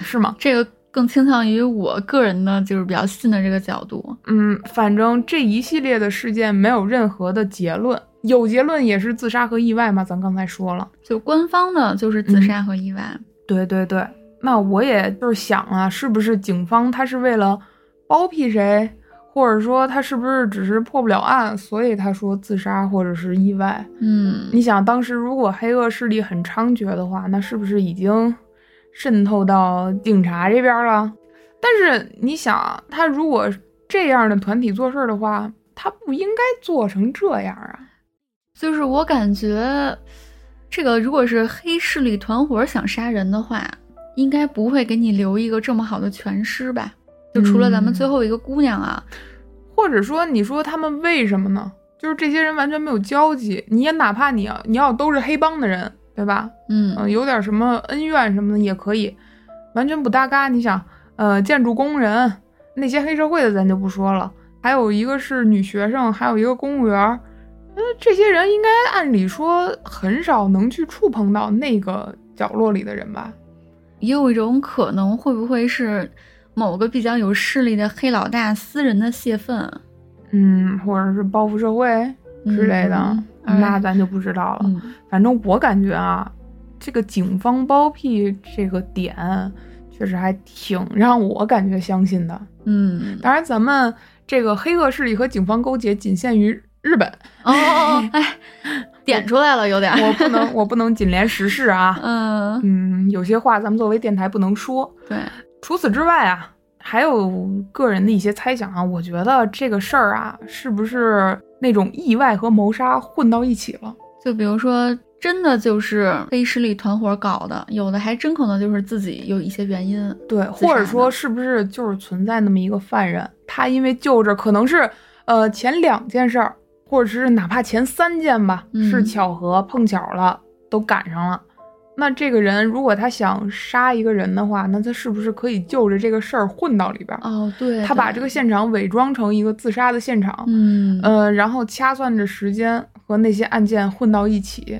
Speaker 1: 是吗？
Speaker 2: 这个更倾向于我个人呢，就是比较信的这个角度。
Speaker 1: 嗯，反正这一系列的事件没有任何的结论，有结论也是自杀和意外嘛，咱刚才说了。
Speaker 2: 就官方的就是自杀和意外，
Speaker 1: 对对对，那我也就是想啊，是不是警方他是为了包庇谁，或者说他是不是只是破不了案，所以他说自杀或者是意外？
Speaker 2: 嗯，
Speaker 1: 你想，当时如果黑恶势力很猖獗的话，那是不是已经渗透到警察这边了？但是你想啊，他如果这样的团体做事儿的话，他不应该做成这样啊。
Speaker 2: 就是我感觉，这个如果是黑势力团伙想杀人的话，应该不会给你留一个这么好的全尸吧？就除了咱
Speaker 1: 嗯
Speaker 2: 们最后一个姑娘啊，
Speaker 1: 或者说，你说他们为什么呢？就是这些人完全没有交集，你也哪怕你要你要都是黑帮的人，对吧？
Speaker 2: 嗯，
Speaker 1: 嗯、有点什么恩怨什么的也可以，完全不搭嘎。你想，呃，建筑工人那些黑社会的咱就不说了，还有一个是女学生，还有一个公务员儿，呃，这些人应该按理说很少能去触碰到那个角落里的人吧？
Speaker 2: 也有一种可能，会不会是某个比较有势力的黑老大私人的泄愤啊
Speaker 1: 嗯，或者是报复社会之类的，
Speaker 2: 嗯
Speaker 1: 那咱就不知道了。
Speaker 2: 嗯，
Speaker 1: 反正我感觉啊，这个警方包庇这个点，啊确实还挺让我感觉相信的。
Speaker 2: 嗯，
Speaker 1: 当然，咱们这个黑恶势力和警方勾结仅限于日本，
Speaker 2: 哦哦哦，哎，点出来了，有点儿，
Speaker 1: 我不能，我不能仅连时事啊。
Speaker 2: 嗯，
Speaker 1: 嗯，有些话咱们作为电台不能说。
Speaker 2: 对，
Speaker 1: 除此之外啊，还有个人的一些猜想啊，我觉得这个事儿啊，是不是那种意外和谋杀混到一起了？
Speaker 2: 就比如说，真的就是黑势力团伙搞的，有的还真可能就是自己有一些原因，
Speaker 1: 对，
Speaker 2: 自
Speaker 1: 或
Speaker 2: 杀
Speaker 1: 者
Speaker 2: 的
Speaker 1: 说是不是就是存在那么一个犯人，他因为就着可能是呃前两件事儿，或者是哪怕前三件吧，
Speaker 2: 嗯
Speaker 1: 是巧合碰巧了都赶上了。那这个人如果他想杀一个人的话，那他是不是可以就着这个事儿混到里边儿？
Speaker 2: 哦，对，
Speaker 1: 他把
Speaker 2: 对
Speaker 1: 这个，现场伪装成一个自杀的现场，
Speaker 2: 嗯，
Speaker 1: 呃，然后掐算着时间和那些案件混到一起，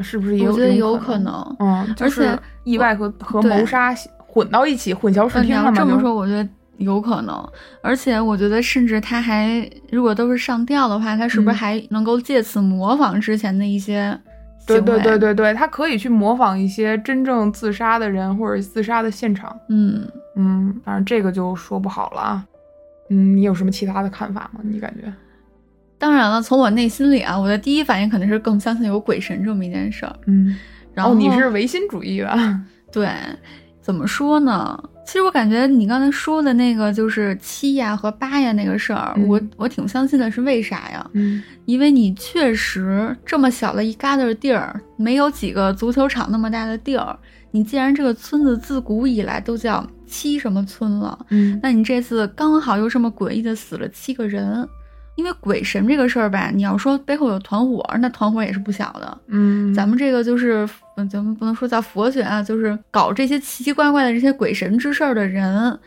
Speaker 1: 是不是也
Speaker 2: 我
Speaker 1: 有
Speaker 2: 觉得
Speaker 1: 这
Speaker 2: 有
Speaker 1: 种
Speaker 2: 可
Speaker 1: 能？
Speaker 2: 能。
Speaker 1: 嗯，
Speaker 2: 而
Speaker 1: 就
Speaker 2: 且
Speaker 1: 是意外和和
Speaker 2: 对
Speaker 1: 谋杀混到一起，混淆视
Speaker 2: 嗯，你
Speaker 1: 听
Speaker 2: 要
Speaker 1: 了嘛？
Speaker 2: 这
Speaker 1: 就
Speaker 2: 么
Speaker 1: 是，
Speaker 2: 说，我觉得有可能，而且我觉得，甚至他还如果都是上吊的话，他是不是
Speaker 1: 嗯
Speaker 2: 还能够借此模仿之前的一些行
Speaker 1: 对对
Speaker 2: 为？
Speaker 1: 对，对对，他可以去模仿一些真正自杀的人或者自杀的现场。
Speaker 2: 嗯，
Speaker 1: 嗯，当然这个就说不好了啊。嗯，你有什么其他的看法吗？你感觉？
Speaker 2: 当然了，从我内心里啊，我的第一反应肯定是更相信有鬼神这么一件事儿。
Speaker 1: 嗯，
Speaker 2: 然后、
Speaker 1: 哦、你是唯心主义的，
Speaker 2: 对，怎么说呢？其实我感觉你刚才说的那个就是七呀和八呀那个事儿，
Speaker 1: 嗯
Speaker 2: 我我挺相信的，是为啥呀？
Speaker 1: 嗯
Speaker 2: 因为你确实这么小的一旮瘩地儿，没有几个足球场那么大的地儿。你既然这个村子自古以来都叫七什么村了，
Speaker 1: 嗯
Speaker 2: 那你这次刚好又这么诡异的死了七个人。因为鬼神这个事儿吧，你要说背后有团伙，那团伙也是不小的。
Speaker 1: 嗯，
Speaker 2: 咱们这个就是，嗯咱们不能说叫佛学啊，就是搞这些奇奇怪怪的这些鬼神之事儿的人，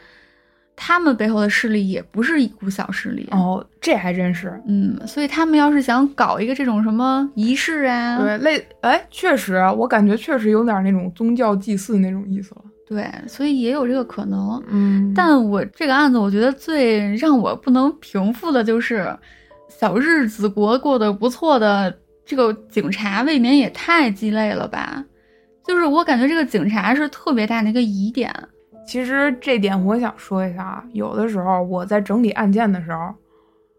Speaker 2: 他们背后的势力也不是一股小势力。
Speaker 1: 哦，这还真是。
Speaker 2: 嗯，所以他们要是想搞一个这种什么仪式啊，
Speaker 1: 对，类哎，确实，我感觉确实有点那种宗教祭祀那种意思了。
Speaker 2: 对所以也有这个可能。
Speaker 1: 嗯
Speaker 2: 但我这个案子，我觉得最让我不能平复的就是，小日子国过得不错的这个警察，未免也太鸡肋了吧？就是我感觉这个警察是特别大的一个疑点。
Speaker 1: 其实这点我想说一下啊，有的时候我在整理案件的时候，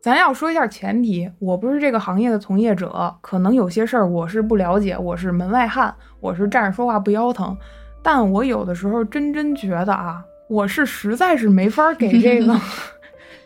Speaker 1: 咱要说一下前提，我不是这个行业的从业者，可能有些事儿我是不了解，我是门外汉，我是站着说话不腰疼，但我有的时候真真觉得啊，我是实在是没法给这个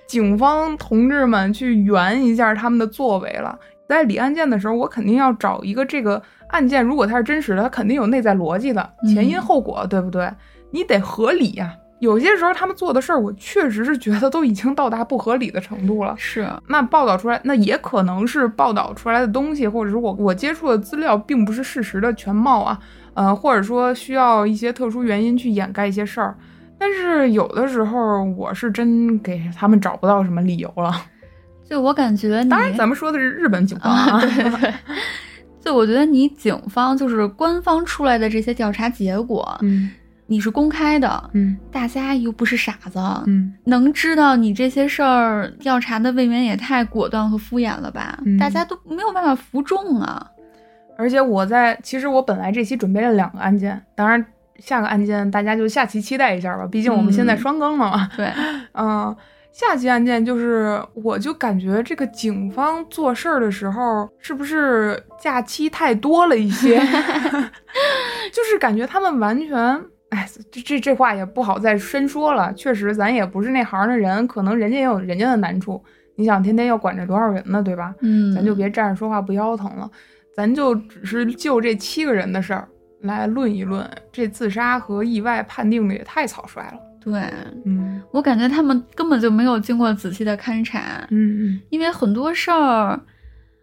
Speaker 1: 警方同志们去圆一下他们的作为了，在理案件的时候，我肯定要找一个这个案件，如果它是真实的，它肯定有内在逻辑的，前因
Speaker 2: 嗯
Speaker 1: 后果，对不对？你得合理呀、有些时候他们做的事儿，我确实是觉得都已经到达不合理的程度了。
Speaker 2: 是，
Speaker 1: 那报道出来，那也可能是报道出来的东西，或者是我我接触的资料并不是事实的全貌啊，呃，或者说需要一些特殊原因去掩盖一些事儿。但是有的时候，我是真给他们找不到什么理由了。
Speaker 2: 就我感觉你，
Speaker 1: 当然，咱们说的是日本警方
Speaker 2: 啊，
Speaker 1: 啊，
Speaker 2: 对对对，就我觉得你警方就是官方出来的这些调查结果，
Speaker 1: 嗯
Speaker 2: 你是公开的，
Speaker 1: 嗯
Speaker 2: 大家又不是傻子，
Speaker 1: 嗯，
Speaker 2: 能知道你这些事儿调查的未免也太果断和敷衍了吧？
Speaker 1: 嗯
Speaker 2: 大家都没有办法服众啊。
Speaker 1: 而且我在，其实我本来这期准备了两个案件，当然下个案件大家就下期期待一下吧，毕竟我们现在
Speaker 2: 嗯
Speaker 1: 双更了嘛。
Speaker 2: 对，
Speaker 1: 嗯，下级案件就是，我就感觉这个警方做事儿的时候，是不是假期太多了一些？ 就是感觉他们完全，哎，这这这话也不好再深说了。确实，咱也不是那行的人，可能人家也有人家的难处。你想，天天要管着多少人呢，对吧？
Speaker 2: 嗯，
Speaker 1: 咱就别站着说话不腰疼了，咱就只是就这七个人的事儿来论一论。这自杀和意外判定的也太草率了。
Speaker 2: 对
Speaker 1: 嗯
Speaker 2: 我感觉他们根本就没有经过仔细的勘察，
Speaker 1: 嗯嗯。
Speaker 2: 因为很多事儿，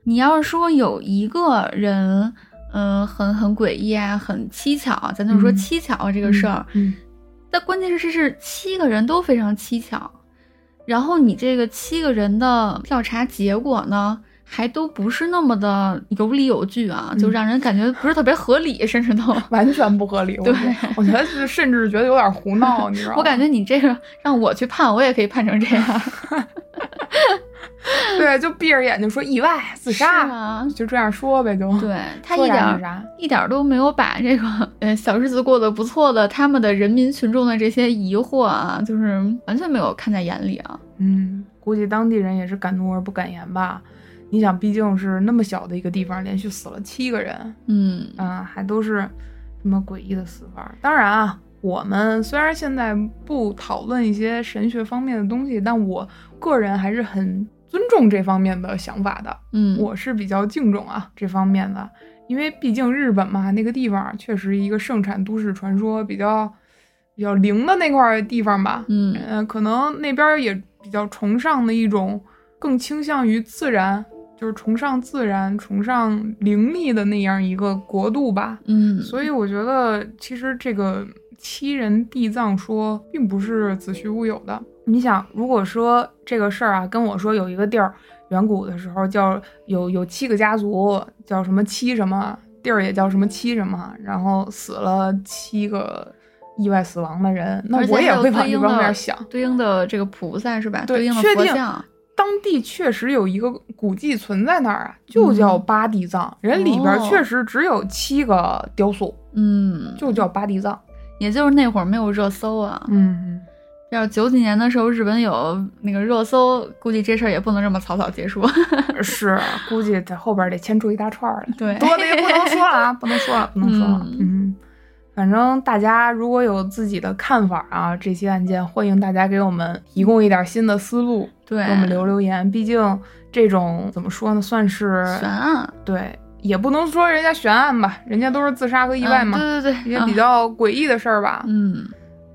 Speaker 2: 你要是说有一个人，嗯、很很诡异啊，很蹊跷啊，咱就说
Speaker 1: 嗯
Speaker 2: 蹊跷啊这个事儿。
Speaker 1: 嗯
Speaker 2: 但关键是这是七个人都非常蹊跷，然后你这个七个人的调查结果呢，还都不是那么的有理有据啊，
Speaker 1: 嗯
Speaker 2: 就让人感觉不是特别合理，甚至都。
Speaker 1: 完全不合理。我
Speaker 2: 对
Speaker 1: 觉得，我觉得是甚至觉得有点胡闹，你知道吗？
Speaker 2: 我感觉你这个让我去判，我也可以判成这样，
Speaker 1: 对，就闭着眼睛说意外 自
Speaker 2: 是
Speaker 1: 杀，
Speaker 2: 啊，
Speaker 1: 就这样说呗，就
Speaker 2: 对他
Speaker 1: 说
Speaker 2: 一
Speaker 1: 啥
Speaker 2: 点
Speaker 1: 是啥
Speaker 2: 儿一点儿都没有把这个呃小日子过得不错的他们的人民群众的这些疑惑啊，就是完全没有看在眼里啊。
Speaker 1: 嗯，估计当地人也是敢怒而不敢言吧。你想，毕竟是那么小的一个地方，连续死了七个人，
Speaker 2: 嗯，
Speaker 1: 嗯，还都是什么诡异的死法。当然啊，我们虽然现在不讨论一些神学方面的东西，但我个人还是很尊重这方面的想法的。
Speaker 2: 嗯，
Speaker 1: 我是比较敬重啊这方面的，因为毕竟日本嘛，那个地方确实一个盛产都市传说比较比较灵的那块儿地方吧。
Speaker 2: 嗯
Speaker 1: 呃可能那边儿也比较崇尚的一种，更倾向于自然，就是崇尚自然、崇尚灵力的那样一个国度吧。
Speaker 2: 嗯，
Speaker 1: 所以我觉得，其实这个七人地藏说并不是子虚乌有的。你想，如果说这个事儿啊，跟我说有一个地儿，远古的时候叫有有七个家族，叫什么七什么地儿也叫什么七什么，然后死了七个意外死亡的人，那
Speaker 2: 而且
Speaker 1: 我也
Speaker 2: 还有
Speaker 1: 会往
Speaker 2: 对
Speaker 1: 这
Speaker 2: 应
Speaker 1: 方面
Speaker 2: 的
Speaker 1: 想。
Speaker 2: 对应的这个菩萨是吧？
Speaker 1: 对，
Speaker 2: 应的
Speaker 1: 确
Speaker 2: 佛
Speaker 1: 定
Speaker 2: 像，
Speaker 1: 当地确实有一个古迹存在那儿啊，就叫
Speaker 2: 嗯
Speaker 1: 八地藏，人里边儿
Speaker 2: 哦
Speaker 1: 确实只有七个雕塑，
Speaker 2: 嗯，
Speaker 1: 就叫八地藏。
Speaker 2: 也就是那会儿没有热搜啊。
Speaker 1: 嗯。
Speaker 2: 要是九几年的时候日本有那个热搜，估计这事儿也不能这么草草结束。
Speaker 1: 是，估计在后边儿得牵出一大串儿来，
Speaker 2: 嗯对
Speaker 1: 多的也不能说了 啊，不能说了，不能说了。
Speaker 2: 嗯
Speaker 1: 嗯，反正大家如果有自己的看法啊，这些案件，欢迎大家给我们提供一点新的思路，
Speaker 2: 对，
Speaker 1: 给我们留留言。毕竟这种怎么说呢，算是
Speaker 2: 悬案
Speaker 1: 对，也不能说人家悬案吧，人家都是自杀和意外嘛，
Speaker 2: 嗯对对
Speaker 1: 一
Speaker 2: 对，
Speaker 1: 些比较诡异的事儿吧，
Speaker 2: 嗯。嗯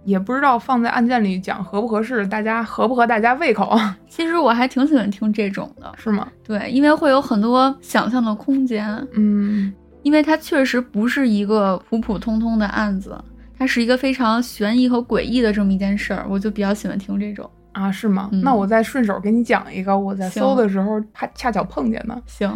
Speaker 1: 也不知道放在案件里讲合不合适，大家合不合大家胃口，啊
Speaker 2: 其实我还挺喜欢听这种的，
Speaker 1: 是吗？
Speaker 2: 对，因为会有很多想象的空间，
Speaker 1: 嗯
Speaker 2: 因为它确实不是一个普普通通的案子，它是一个非常悬疑和诡异的这么一件事儿，我就比较喜欢听这种。
Speaker 1: 啊，是吗？
Speaker 2: 嗯
Speaker 1: 那我再顺手给你讲一个，我在
Speaker 2: 行
Speaker 1: 搜的时候还恰巧碰见的，
Speaker 2: 行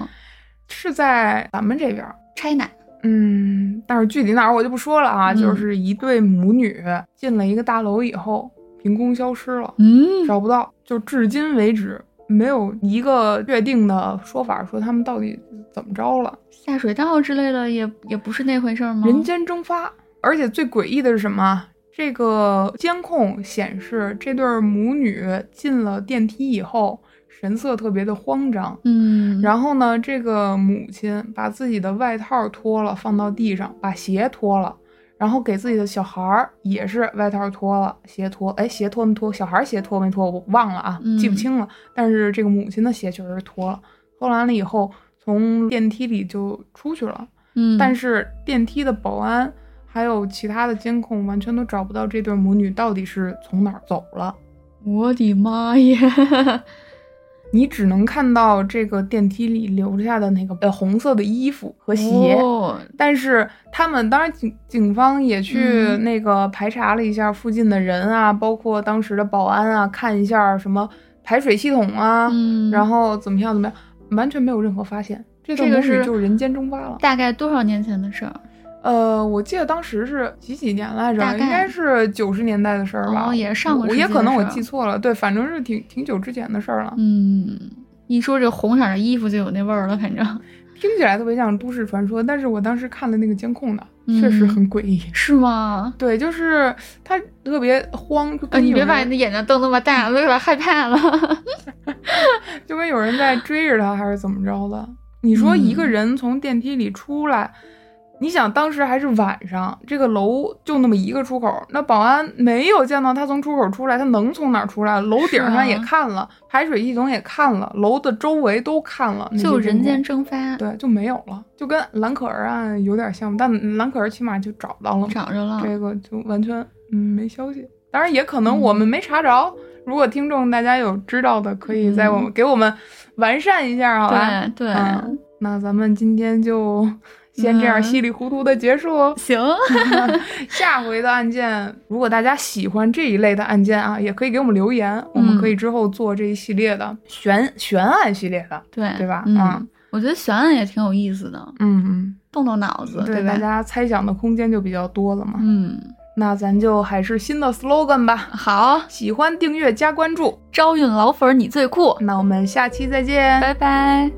Speaker 1: 是在咱们这边儿。
Speaker 2: ，China，
Speaker 1: 嗯，但是具体哪儿我就不说了啊。
Speaker 2: 嗯
Speaker 1: 就是一对母女进了一个大楼以后，凭空消失了，
Speaker 2: 嗯
Speaker 1: 找不到，就至今为止没有一个确定的说法，说他们到底怎么着了，
Speaker 2: 下水道之类的也也不是那回事儿吗？
Speaker 1: 人间蒸发。而且最诡异的是什么？这个监控显示，这对儿母女进了电梯以后，神色特别的慌张。
Speaker 2: 嗯，
Speaker 1: 然后呢，这个母亲把自己的外套脱了，放到地上，把鞋脱了，然后给自己的小孩儿也是外套脱了，鞋脱，哎，鞋脱没脱？小孩儿鞋脱没脱？我忘了啊，
Speaker 2: 嗯
Speaker 1: 记不清了。但是这个母亲的鞋确实是脱了。脱完了以后，从电梯里就出去了，
Speaker 2: 嗯，
Speaker 1: 但
Speaker 2: 是
Speaker 1: 是电梯的保安还有其他的监控完全都找不到这对母女到底是从哪儿走了。
Speaker 2: 我的 妈呀，
Speaker 1: 你只能看到这个电梯里留下的那个呃红色的衣服和鞋，
Speaker 2: 哦
Speaker 1: 但是他们当然警警方也去
Speaker 2: 嗯
Speaker 1: 那个排查了一下附近的人啊，包括当时的保安啊，看一下什么排水系统啊，
Speaker 2: 嗯，
Speaker 1: 然后怎么样怎么样，完全没有任何发现。这
Speaker 2: 这个
Speaker 1: 个母
Speaker 2: 是
Speaker 1: 女就是人间蒸发了。
Speaker 2: 大概多少年前的事儿？
Speaker 1: 呃，我记得当时是几几年来
Speaker 2: 大
Speaker 1: 着？
Speaker 2: 概
Speaker 1: 应该是九十年代的事儿吧。
Speaker 2: 哦也是上个
Speaker 1: 我
Speaker 2: 世纪
Speaker 1: 也
Speaker 2: 的
Speaker 1: 可能
Speaker 2: 事
Speaker 1: 我
Speaker 2: 儿
Speaker 1: 记错了，对，反正是挺挺久之前的事儿了。
Speaker 2: 嗯，一说这红色的衣服就有那味儿了，反正
Speaker 1: 听起来特别像都市传说，但是我当时看了那个监控的，
Speaker 2: 嗯
Speaker 1: 确实很诡异。
Speaker 2: 是吗？
Speaker 1: 对，就是他特别慌，就
Speaker 2: 呃，
Speaker 1: 跟
Speaker 2: 你
Speaker 1: 有
Speaker 2: 别
Speaker 1: 人、
Speaker 2: 把你的眼睛瞪那么大，我都有点害怕了。
Speaker 1: 就跟有人在追着他，还是怎么着的？你说一个
Speaker 2: 嗯
Speaker 1: 人从电梯里出来，你想当时还是晚上，这个楼就那么一个出口，那保安没有见到他从出口出来，他能从哪儿出来？楼顶
Speaker 2: 是啊
Speaker 1: 上也看了，排水系统也看了，楼的周围都看了，嗯那些
Speaker 2: 就人
Speaker 1: 监
Speaker 2: 间
Speaker 1: 控
Speaker 2: 蒸 发，
Speaker 1: 对就没有了，就跟兰可儿案有点像，但兰可儿起码就找到了嘛。
Speaker 2: 找着了。嗯
Speaker 1: 这个就完全嗯没消息。当然也可能我们没查着，如果听众大家有知道的，可以在我们、给我们完善一下，好吧？
Speaker 2: 嗯对对，
Speaker 1: 嗯，那咱们今天 就先这样
Speaker 2: 嗯
Speaker 1: 稀里糊涂的结束。哦
Speaker 2: 行，
Speaker 1: 下回的案件，如果大家喜欢这一类的案件啊，也可以给我们留言，我
Speaker 2: 嗯
Speaker 1: 们可以之后做这一系列的悬悬案系列的。
Speaker 2: 对
Speaker 1: 对吧
Speaker 2: 嗯
Speaker 1: 嗯，
Speaker 2: 我觉得悬案也挺有意思的，
Speaker 1: 嗯
Speaker 2: 动动脑子，
Speaker 1: 嗯，对，大
Speaker 2: 吧？
Speaker 1: 家猜想的空间就比较多了嘛。
Speaker 2: 嗯，
Speaker 1: 那咱就还是新的 slogan 吧，
Speaker 2: 好，
Speaker 1: 喜欢订阅加关注。
Speaker 2: 招运老粉儿你最酷，
Speaker 1: 那我们下期再见，
Speaker 2: 拜拜。